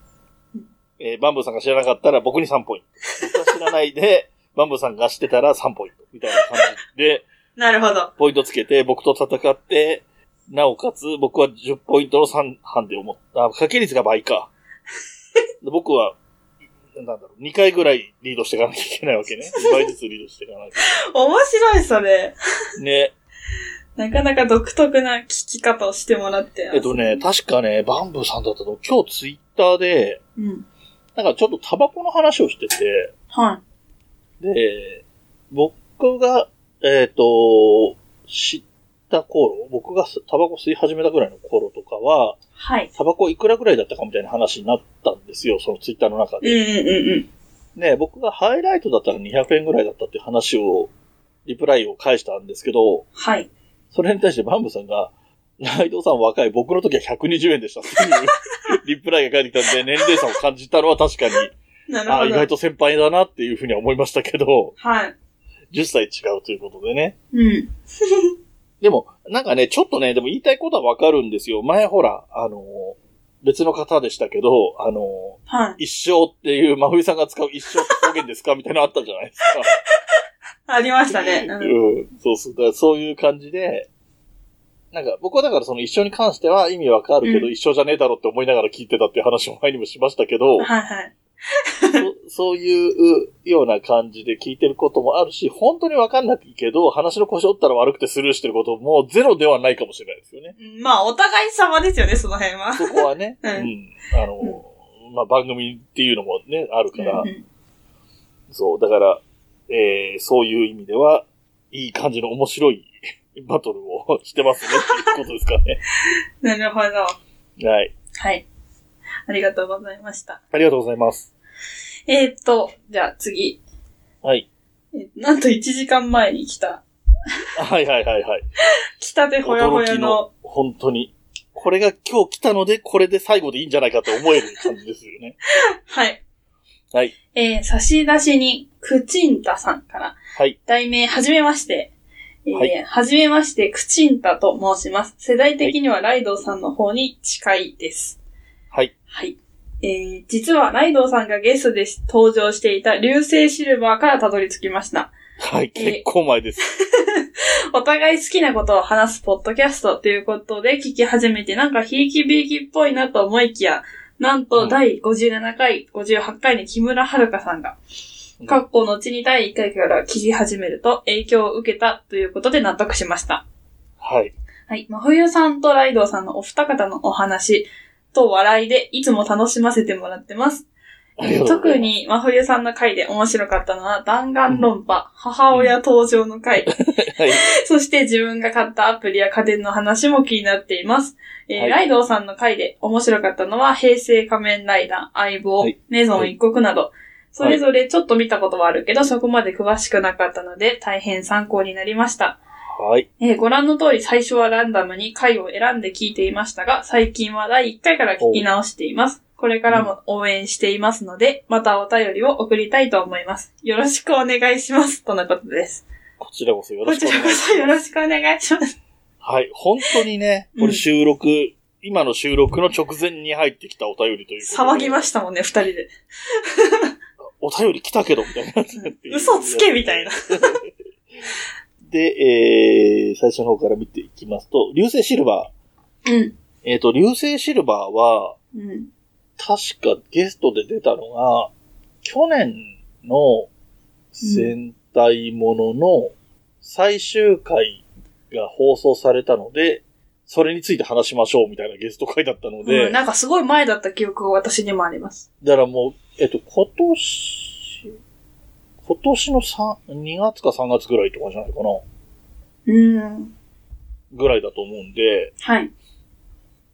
うん、
えーバンブーさんが知らなかったら僕に3ポイント。僕が知らないで、バンブーさんが知ってたら3ポイント。みたいな感じで、
なるほど。
ポイントつけて、僕と戦って、なおかつ、僕は10ポイントの3班で思った。あ、掛け率が倍か。で僕は、なんだろう、2回ぐらいリードしていかなきゃいけないわけね。2倍ずつリードしていかなきゃ。
面白い、それ。
ね。
なかなか独特な聞き方をしてもらって。
えっとね、確かね、バンブーさんだったの、今日ツイッターで、
うん。
なんかちょっとタバコの話をしてて、
は
で、僕が、えっ、と、知った頃、僕がタバコ吸い始めたぐらいの頃とかは、
い。はい。
タバコいくらぐらいだったかみたいな話になったんですよ、そのツイッターの中
うん
で。
うんうんうん。
ね、僕がハイライトだったら200円ぐらいだったっていう話を、リプライを返したんですけど、
はい。そ
それに対してバンブさんが、ライドさん若い、僕の時は120円でしたっていう *laughs* リプライが返ってきたんで、年齢差を感じたのは確かに、
なる
あ
ほど。
意外と先輩だなっていうふうには思いましたけど、
はい。
10歳違うということでね。
うん。 *laughs*
でも、なんかね、ちょっとね、でも言いたいことはわかるんですよ。前ほら、あの、別の方でしたけど、あの、
はい。
一生っていう、まふいさんが使う一生って表現ですかみたいなのあったじゃないですか。
ありましたね。うん
うん、そうそう。だからそういう感じで、なんか僕はだからその一生に関しては意味わかるけど、
うん
一生じゃねえだろって思いながら聞いてたっていう話を前にもしました
*laughs*
けど、
はいはい。
そそういうような感じで聞いてることもあるし、本当にわかんないけど、話の腰折ったら悪くてスルーしてることもゼロではないかもしれないですよね。
うんまあ、お互い様ですよね、その辺は。
そこはね、
う
うんん、あの、まあ、番組っていうのもね、あるから、
うんうん
そう、だから、えーそういう意味では、いい感じの面白い *laughs* バトルをしてますねっていうことですかね。
な
*laughs*
るほど。
はい。
はい。ありがとうございました。
ありがとうございます。
えー、っと、じゃあ次。
はい。
えなんと1時間前に来た。
はいはいはいはい。
来たてほやほ
驚
や
き
の
の、本当に。これが今日来たので、これで最後でいいんじゃないかと思える感じですよ
*laughs*
ね。
はい。
はい。
えー、差し出しに、くちんたさんから。
はい。
題名、はじめまして。えー
は
はいじめまして、くちんたと申します。世代的にはライドウさんの方に近いです。
はい。
はい。えー、実はライドウさんがゲストで登場していた流星シルバーからたどり着きました。
はい。
えー
結構前です。
お互い好きなことを話すポッドキャストということで聞き始めて、なんかひいきびいきっぽいなと思いきや、なん
う
と
ん
第57回、58回に木村遥さんが
うん、
かっこ後に第1回から聞き始めると影響を受けたということで納得しました。
はい。
はい。真冬さんとライドウさんのお二方のお話と笑いでいつも楽しませてもらってます。
ありがとうござ
特
います。
に真冬さんの回で面白かったのは弾丸論破、母親登場の回、
はい。
*laughs* そして自分が買ったアプリや家電の話も気になっています。えー
はい
ライドウさんの回で面白かったのは、平成仮面ライダー、相棒、
はい
メゾン一国など、それぞれちょっと見たことはあるけど、そこまで詳しくなかったので、大変参考になりました。
はい。
えーご覧の通り最初はランダムに回を選んで聞いていましたが、最近は第1回から聞き直しています。これからも応援していますので、またお便りを送りたいと思います。よろしくお願いします。とのことです。
こちらこそよろ
こ
しく
ち
お願
らこ
いします。
そよろしくお願いします。
はい。本当にね、これ収録、今の収録の直前に入ってきたお便りということで
騒ぎましたもんね、二人で。
お便り来たけど、みたいな感じになって。
嘘つけみたいな。
*laughs* で、えー、最初の方から見ていきますと、流星シルバ
うん。
ー。えっ、と、流星シルバーは、
うん。
確かゲストで出たのが、去年の戦隊ものの最終回が放送されたので、それについて話しましょうみたいなゲスト会だったので、
うん、なんかすごい前だった記憶が私にもあります。
だからもう、えっと、今年、今年の3、2月か3月ぐらいとかじゃないかな
うん。
ぐらいだと思うんで、
はい。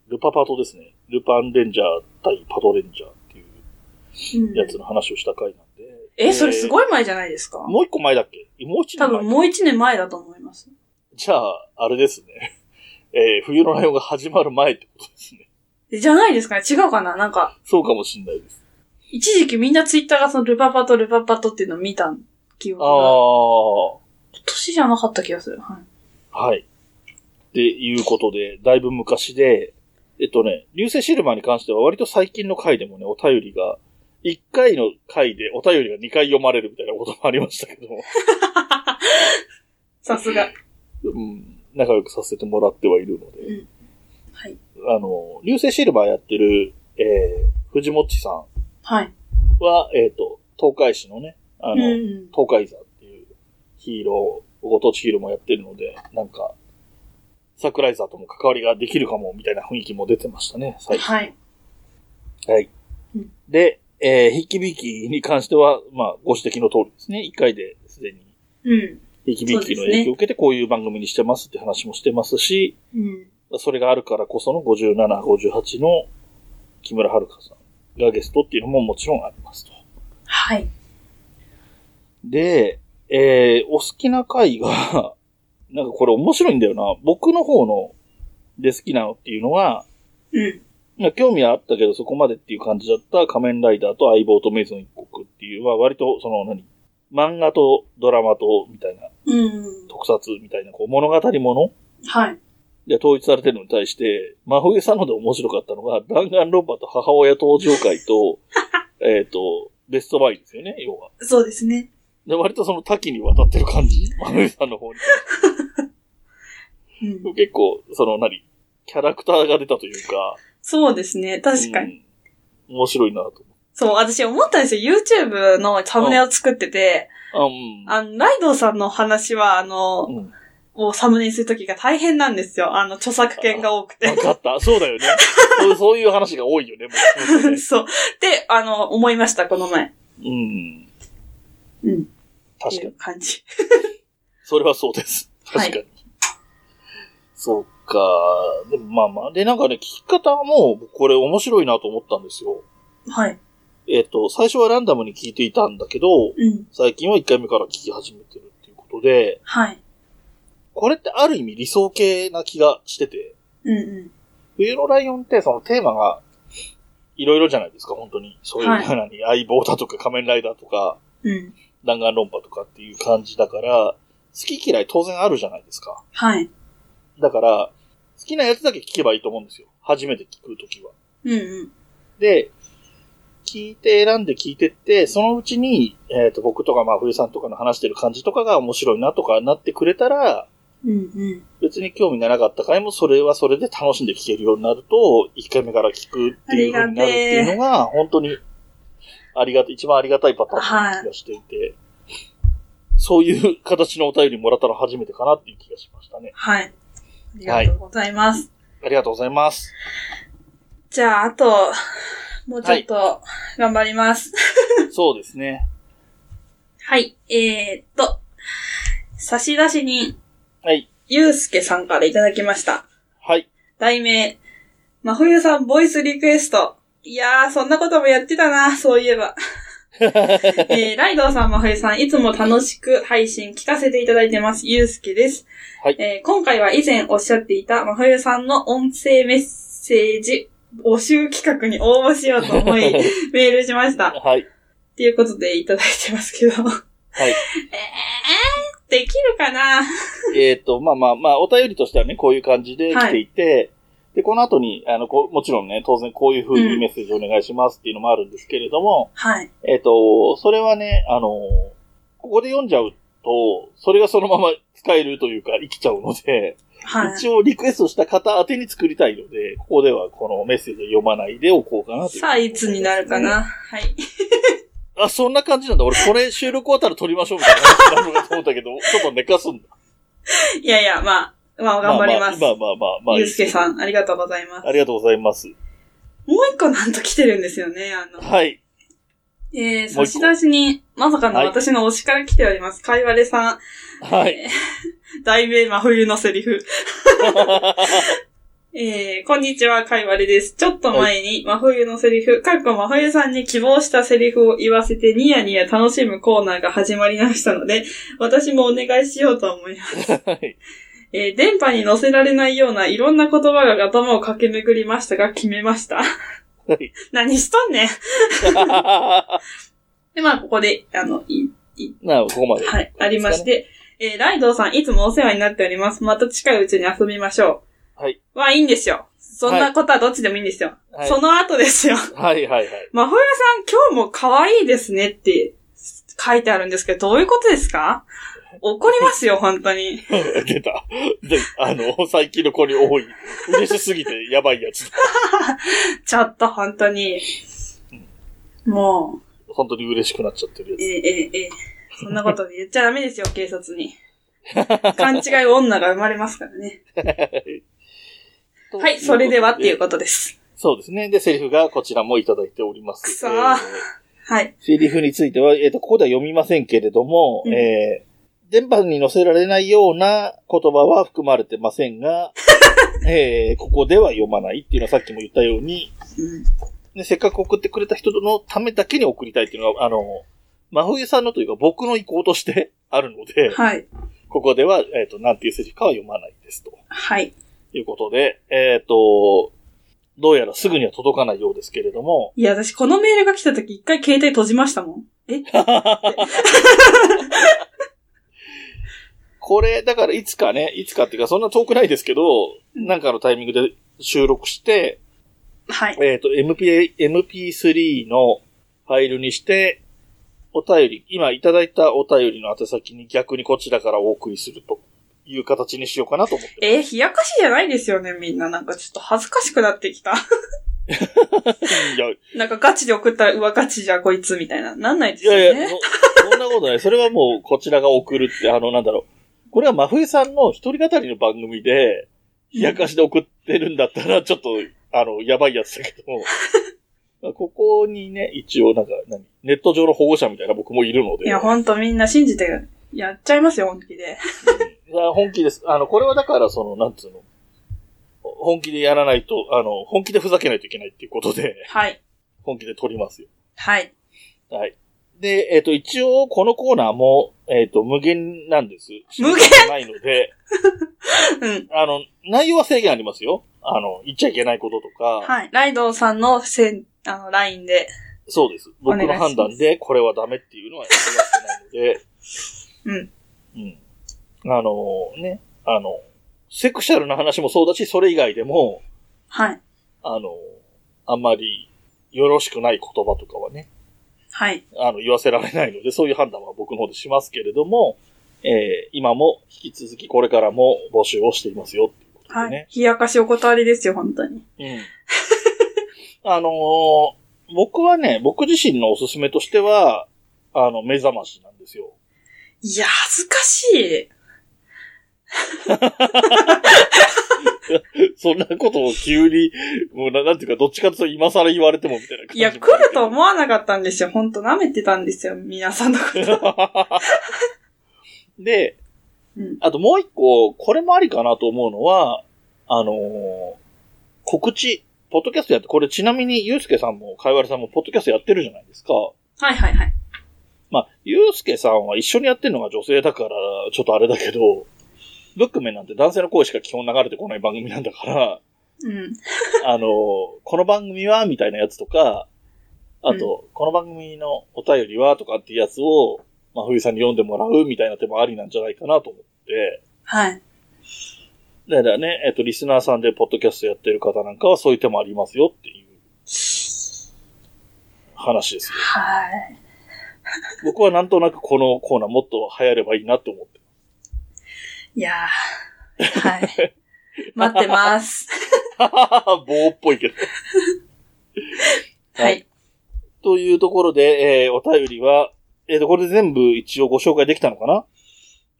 ルパパトですね。ルパンレンジャー対パトレンジャーっていう
うん、
やつの話をした回なんで。
え、それす
い、
ごい前じゃないですか
もう一個前だっけもう一
多
年
分
前。
もう一年前だと思います。
じゃあ、あれですね。 *laughs* えー冬のライオンが始まる前ってことですね。
じゃないですかね違うかななんか、
そうかもしんないです。
一時期みんなツイッターがそのルパパとルパパとっていうのを見た記憶
あ
が。
あ。
今年じゃなかった気がする。はい。
はい。っていうことで、だいぶ昔で、えっとね、流星シルバーに関しては割と最近の回でもね、お便りが、1回の回でお便りが2回読まれるみたいなこともありましたけども、
さすが。
うん、仲良くさせてもらってはいるので、
うん。はい。
あの、流星シルバーやってる、えー、藤もっちさん
はい。
は、えっ、と、東海市のね、あの、
うん。
東海座っていうヒーロー、ご当地ヒーローもやってるので、なんか、桜井座とも関わりができるかも、みたいな雰囲気も出てましたね、最近。
はい。
はい
うん。
で、えー、ひっきびきに関しては、まあ、ご指摘の通りですね。一回ですでに、
うん。
ひっきびきの影響を受けて、こういう番組にしてますって話もしてますし、
うん。
それがあるからこその57、58の木村遥さんがゲストっていうのももちろんありますと。
はい。
で、えー、お好きな回が、 *laughs* なんかこれ面白いんだよな。僕の方ので好きなのっていうのは、
うん。
まあ興味はあったけどそこまでっていう感じだった仮面ライダーと相棒とメイソン一国っていうは割とその何漫画とドラマとみたいな
うん。
特撮みたいなこう物語もの
はい。
で統一されてるのに対して、真冬さんので面白かったのが弾丸論破と母親登場会と、 *laughs* えっと、ベストバイですよね、要は。
そうですね。
で、割とその多岐にわたってる感じまゆさんの方に。
うん
結構、その何キャラクターが出たというか。
そうですね。確かに。
に。面白いなと
そう、私思ったんですよ。YouTube のサムネを作ってて、
思う。あ、
あの、ライドウさんの話は、あの
う、ん。うん。
をサムネにするときが大変なんですよ。あの、著作権が多く
わ
て。
かった。そうだよね。そうそういう話が多いよね、もうそうね
*laughs* そう。で、あの、思いました、この前。
うん。
うん。
確か
ってい
に
う。感じ。
それはそうです。
はい
確かに。そうか。でもまあまあ。で、なんかね、聞き方も、これ面白いなと思ったんですよ。
はい。
えっ、と、最初はランダムに聞いていたんだけど、
うん。
最近は1回目から聞き始めてるっていうことで、
はい。
これってある意味理想系な気がしてて、
うんう
冬のライオンってそのテーマが、いろいろじゃないですか、本当に。そういう、
はい
に相棒だとか仮面ライダーとか、
ん。うん。
弾丸論破とかっていう感じだから、好き嫌い当然あるじゃないですか。
はい。
だから、好きなやつだけ聞けばいいと思うんですよ。初めて聞くときは。
うんうん。
で、聞いて選んで聞いてって、そのうちに、えっ、と、僕とか、まあ、冬さんとかの話してる感じとかが面白いなとかなってくれたら、
うんうん。
別に興味がなかった回も、それはそれで楽しんで聞けるようになると、1回目から聞くっていう風になるっていうのが、本当に、ありがた、一番ありがたいパターンな気がしていて、そういう形のお便りもらったの初めてかなっていう気がしましたね。
はい。ありがとうございます。
ありがとうございます。
じゃあ、あと、もうちょっと、頑張ります。
そうですね。
はい。えー、っと、差出人、
はい。
ゆうすけさんからいただきました。
はい。
題名、まふゆさんボイスリクエスト。いやー、そんなこともやってたな、そういえ
*laughs*
ば。えー、ライドウさん、まふゆさん、いつも楽しく配信聞かせていただいてます。ゆうすけです。
はい
えー今回は以前おっしゃっていた、まふゆさんの音声メッセージ募集企画に応募しようと思
*laughs*
い、メールしました。っ
はい。
ていうことでいただいてますけ *laughs* ど。
はい。
できるかな
えっ、と、まあまあまあ、お便りとしてはね、こういう感じで来ていて、で、この後に、あの、こうもちろんね、当然こういう風にメッセージお願いしますっていうのもあるんですけれども、
はい。
えっ、と、それはね、あの、ここで読んじゃうと、それがそのまま使えるというか、生きちゃうので、
はい。
一応リクエストした方宛てに作りたいので、ここではこのメッセージを読まないでおこうかなという
さあ、いつになるかな、はい。
あ、そんな感じなんだ。俺、これ収録終わったら撮りましょうみたいな話になるのかと思っ
*laughs*
たけど、ちょっと寝かすんだ。
いやいや、まあ、まあ、頑張ります。
まあまあまあまあまあ。
ゆうすけ
ん。
さん、ありがとうございます。
ありがとうございます。
もう一個なんと来てるんですよね、あの。
はい。
えー、
もう
差
一個
出人、まさかの
はい
私の推しから来ております。かいわれさん、 *laughs*
はい。
題名真冬のセリ
*laughs*
フ。えー、こんにちは、かいわれです。ちょっと前に、真冬のセリフ、かっこ真冬さんに希望したセリフを言わせてニヤニヤ楽しむコーナーが始まりましたので、私もお願いしようと思います
はい。 *laughs*
えー電波に乗せられないようないろんな言葉が頭を駆け巡りましたが、決めました。
はい。
*laughs* 何しとんねん。で、まあ、ここで、あの、い、
なあ、ここまで。
はい、ありまして、えーライドウさん、いつもお世話になっております。また近いうちに遊びましょ
はい。
う。はいいんですよ。そんなことはどっちでもいいんですよ。
はい。
その後ですよ。 *laughs*
はいはいはい。
真冬さん、今日も可愛いですねって書いてあるんですけど、どういうことですか怒りますよ、本当
*laughs*
に。
出た。で、あの、最近の子に多い。嬉しすぎてやばいやつ。
ちょっと、本当に。もう。
本当に嬉しくなっちゃってる
え
や
えええええそんなことで言っちゃダメですよ、警察に。勘違い女が生まれますから
*laughs*
ね。
つ。
はい、それではっていうことです。
そうですね。で、セリフがこちらもいただいております。
くそー
えー
はい。
セリフについては、えっ、と、ここでは読みませんけれども、
うん
えー、電波に載せられないような言葉は含まれてませ
*laughs*
んが、えー、ここでは読まないっていうのはさっきも言ったように、
うん
ね、せっかく送ってくれた人のためだけに送りたいっていうのが、あの、真冬さんのというか僕の意向としてあるので、
はい。
ここでは、えっ、と、なんていうセリフかは読まないですと。
はい。
いうことで、えっ、と、どうやらすぐには届かないようですけれど
*laughs*
も、
いや、私このメールが来た時一回携帯閉じましたもん。え
これ、だからいつかね、いつかっていうか、そんな遠くないですけど、なんかのタイミングで収録して、
はい。
えっ、と、MP、MP3 のファイルにして、お便り、今いただいたお便りの宛先に逆にこちらからお送りするという形にしようかなと思って
えー、冷やかしじゃないですよね、みんな。なんかちょっと恥ずかしくなってきた。 *laughs*
ます。いや、
なんかガチで送ったら、うわ、ガチじゃこいつ、みたいな。なんないです
い
よね。
やいや、そそんなことない。それはもう、こちらが送るって、あの、なんだろう。これは真冬さんの一人語りの番組で、冷やかしで送ってるんだったら、ちょっと、あの、やばいやつだけども。
*laughs*
まあここにね、一応、なんか、何ネット上の保護者みたいな僕もいるので。
いや、ほんとみんな信じてやっちゃいますよ、本気で。
いや本気です。あの、これはだから、その、なんつうの、本気でやらないと、あの、本気でふざけないといけないっていうことで、
はい。
本気で撮りますよ。
はい。
はい。で、えっ、と、一応、このコーナーも、えっ、と、無限なんです。
無限
ないので、 *laughs*
うん。
あの、内容は制限ありますよ。あの、言っちゃいけないこととか、
はい。ライドさんのせん、あの、ラインで。
そうです。僕
お願
の
いします
判断で、これはダメっていうのはやってないので、
うん。
うん。あのね、あの、セクシャルな話もそうだし、それ以外でも、
はい。
あのあんまりよろしくない言葉とかはね、
はい。
あの、言わせられないので、そういう判断は僕の方でしますけれども、えー今も引き続きこれからも募集をしていますよっていうことで
はい
ね。。
冷やかしお断りですよ、本当に。
うん。あのー僕はね、僕自身のおすすめとしては、あの、目覚ましなんですよ。 *laughs*
いや、恥ずかしい。
そんなことを急に、もうななんていうか、どっちかというと今更言われてもみたいな感じ
いや、来ると思わなかったんですよ。本当舐めてたんですよ、皆さんの
*laughs*
こと。
*laughs* で、
うん。
あともう一個、これもありかなと思うのは、あのー告知、ポッドキャストやって、これちなみにゆうすけさんもかいわれさんもポッドキャストやってるじゃないですか。
はいはいはい。
まあ、ゆうすけさんは一緒にやってるのが女性だから、ちょっとあれだけど、ブックメンなんて男性の声しか基本流れてこない番組なんだから、
うん。
あのーこの番組はみたいなやつとか、あと、この番組のお便りはとかっていうやつを、まあ、冬さんに読んでもらうみたいな手もありなんじゃないかなと思って、
はい。
だからね、えっ、と、リスナーさんでポッドキャストやってる方なんかはそういう手もありますよっていう話ですよ。
はい。
僕はなんとなくこのコーナーもっと流行ればいいなって思って。 *laughs*
いやー。
*laughs*
はい。待ってます。
棒っぽいけど。
は
*laughs* はい
い。
というところで、えーお便りは、えっ、と、これで全部一応ご紹介できたのかな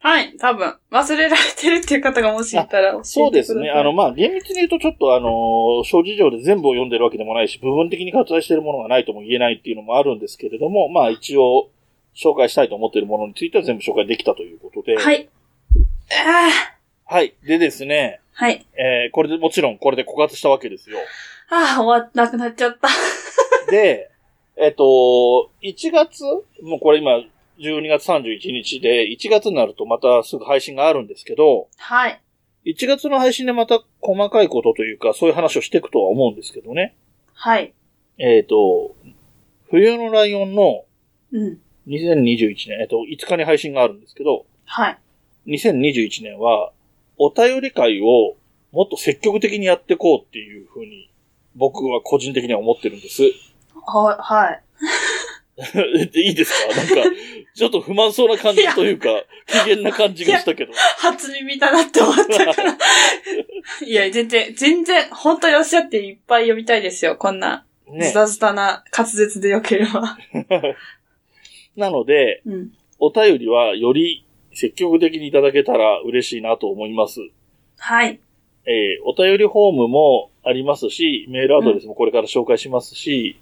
はい、多分。忘れられてるっていう方がもしいたら教えてください。
そうですね。あの、
は
まあ、厳密に言うとちょっとあのー諸事情で全部を読んでるわけでもないし、部分的に割愛してるものがないとも言えないっていうのもあるんですけれども、まあ、一応、紹介したいと思っているものについては全部紹介できたということで。い。
い。ああ、
はい。でですね、
はい。
えー、これで、もちろんこれで枯渇したわけですよ。
ああ、終わっなくなっちゃった。
で、えっと、1月、もうこれ今、12月31日で、1月になるとまたすぐ配信があるんですけど、
はい。
1月の配信でまた細かいことというか、そういう話をしていくとは思うんですけどね。
はい。
えっ、と、冬のライオンの
うん。
2021年、えっ、と、5日に配信があるんですけど、
はい。
2021年は、お便り会をもっと積極的にやっていこうっていうふうに、僕は個人的には思ってるんです。 *laughs*
は、はい。
でいいですかなんか、ちょっと不満そうな感じというか、機嫌な感じがしたけど。
初耳だなって思った *laughs* から。いや、全然、全然、本当におっしゃっていっぱい読みたいですよ。こんな、ズ
ね。
タズタな滑舌でよければ。
なので、
うん。
お便りはより積極的にいただけたら嬉しいなと思います。
はい。
えーお便りフォームもありますし、メールアドレスもこれから紹介しますし、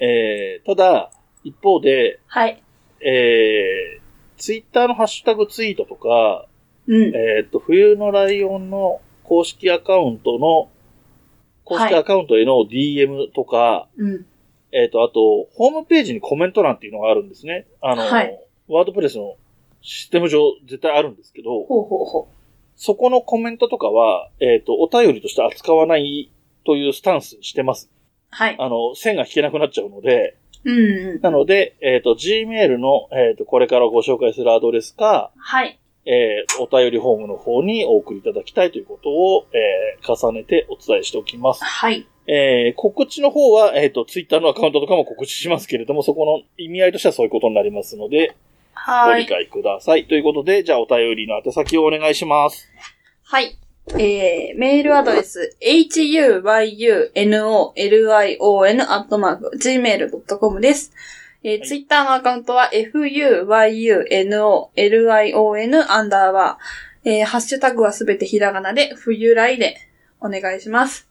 えーただ、一方で、
はい。
えー、ツイッターのハッシュタグツイートとか、
うん。
えーっと、冬のライオンの公式アカウントの、公
はい
式アカウントへの DM とか、
うん。
えーっと、あと、ホームページにコメント欄っていうのがあるんですね。あの、
はい
ワードプレスのシステム上絶対あるんですけど、
ほうほうほ
そこのコメントとかは、えっ、と、お便りとして扱わないというスタンスにしてます。
う。はい。
あの、線が引けなくなっちゃうので、
うんうん。
なので、えっ、と、Gmail の、えっ、と、これからご紹介するアドレスか、
はい。
えーお便りフォームの方にお送りいただきたいということを、えー重ねてお伝えしておきます。
はい。
えー告知の方は、えっ、と、Twitter のアカウントとかも告知しますけれども、そこの意味合いとしてはそういうことになりますので、ご
は
理
い。
解ください。ということで、じゃあお便りの宛先をお願いします。
はい。えー、メールアドレス、huyunolion.gmail.com です。えー
はい
ツイッターのアカウントは、fuyunolion アンダーバー。えー、ハッシュタグはすべてひらがなで、冬来でお願いします。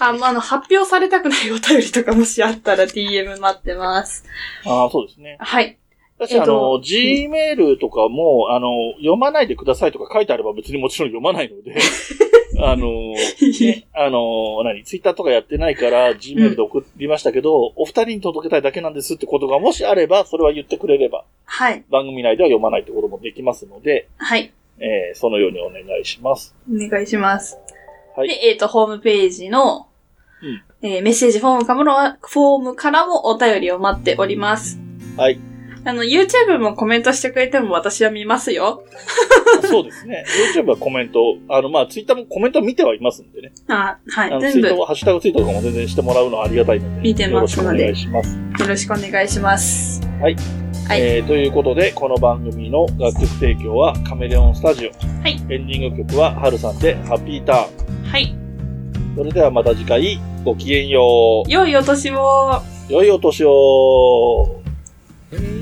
あ、まあ、あの、発表されたくないお便りとかもしあったら DM 待ってます。
ああ、そうですね。
はい。
だし、あ
えっと
の、Gmail とかも、あの、読まないでくださいとか書いてあれば別にもちろん読まない
*laughs*
ので、あの、 *laughs* ね、あの、何、Twitter とかやってないから、Gmail で送りましたけど、お二人に届けたいだけなんですってことがもしあれば、それは言ってくれれば、
はい。
番組内では読まないってこともできますので、
はい。
えーそのようにお願いします。
お願いします。
はい
で、えっ、と、ホームページの、
うん
えーメッセージフォームかもの、フォームからもお便りを待っております。
はい。
あの、YouTube もコメントしてくれても私は見ますよ。
そうですね。YouTube はコメント、あの、まあ、Twitter もコメント見てはいますんでね。
あは
あの、
い。
ツ
全
イ
部
ート
よ
は、ハッシュタグツイートとかも全然してもらうのはありがたいので、
見てます
よ
の
ろし
で
くお願いします。
ろしくお願いします。はい
えーということで、この番組の楽曲提供はカメレオンスタジオ。
はい
エンディング曲はハルさんでハッピーター
はい。
ン。それではまた次回、ごきげんよう。
良いお年を。
良いお年を。
Hey,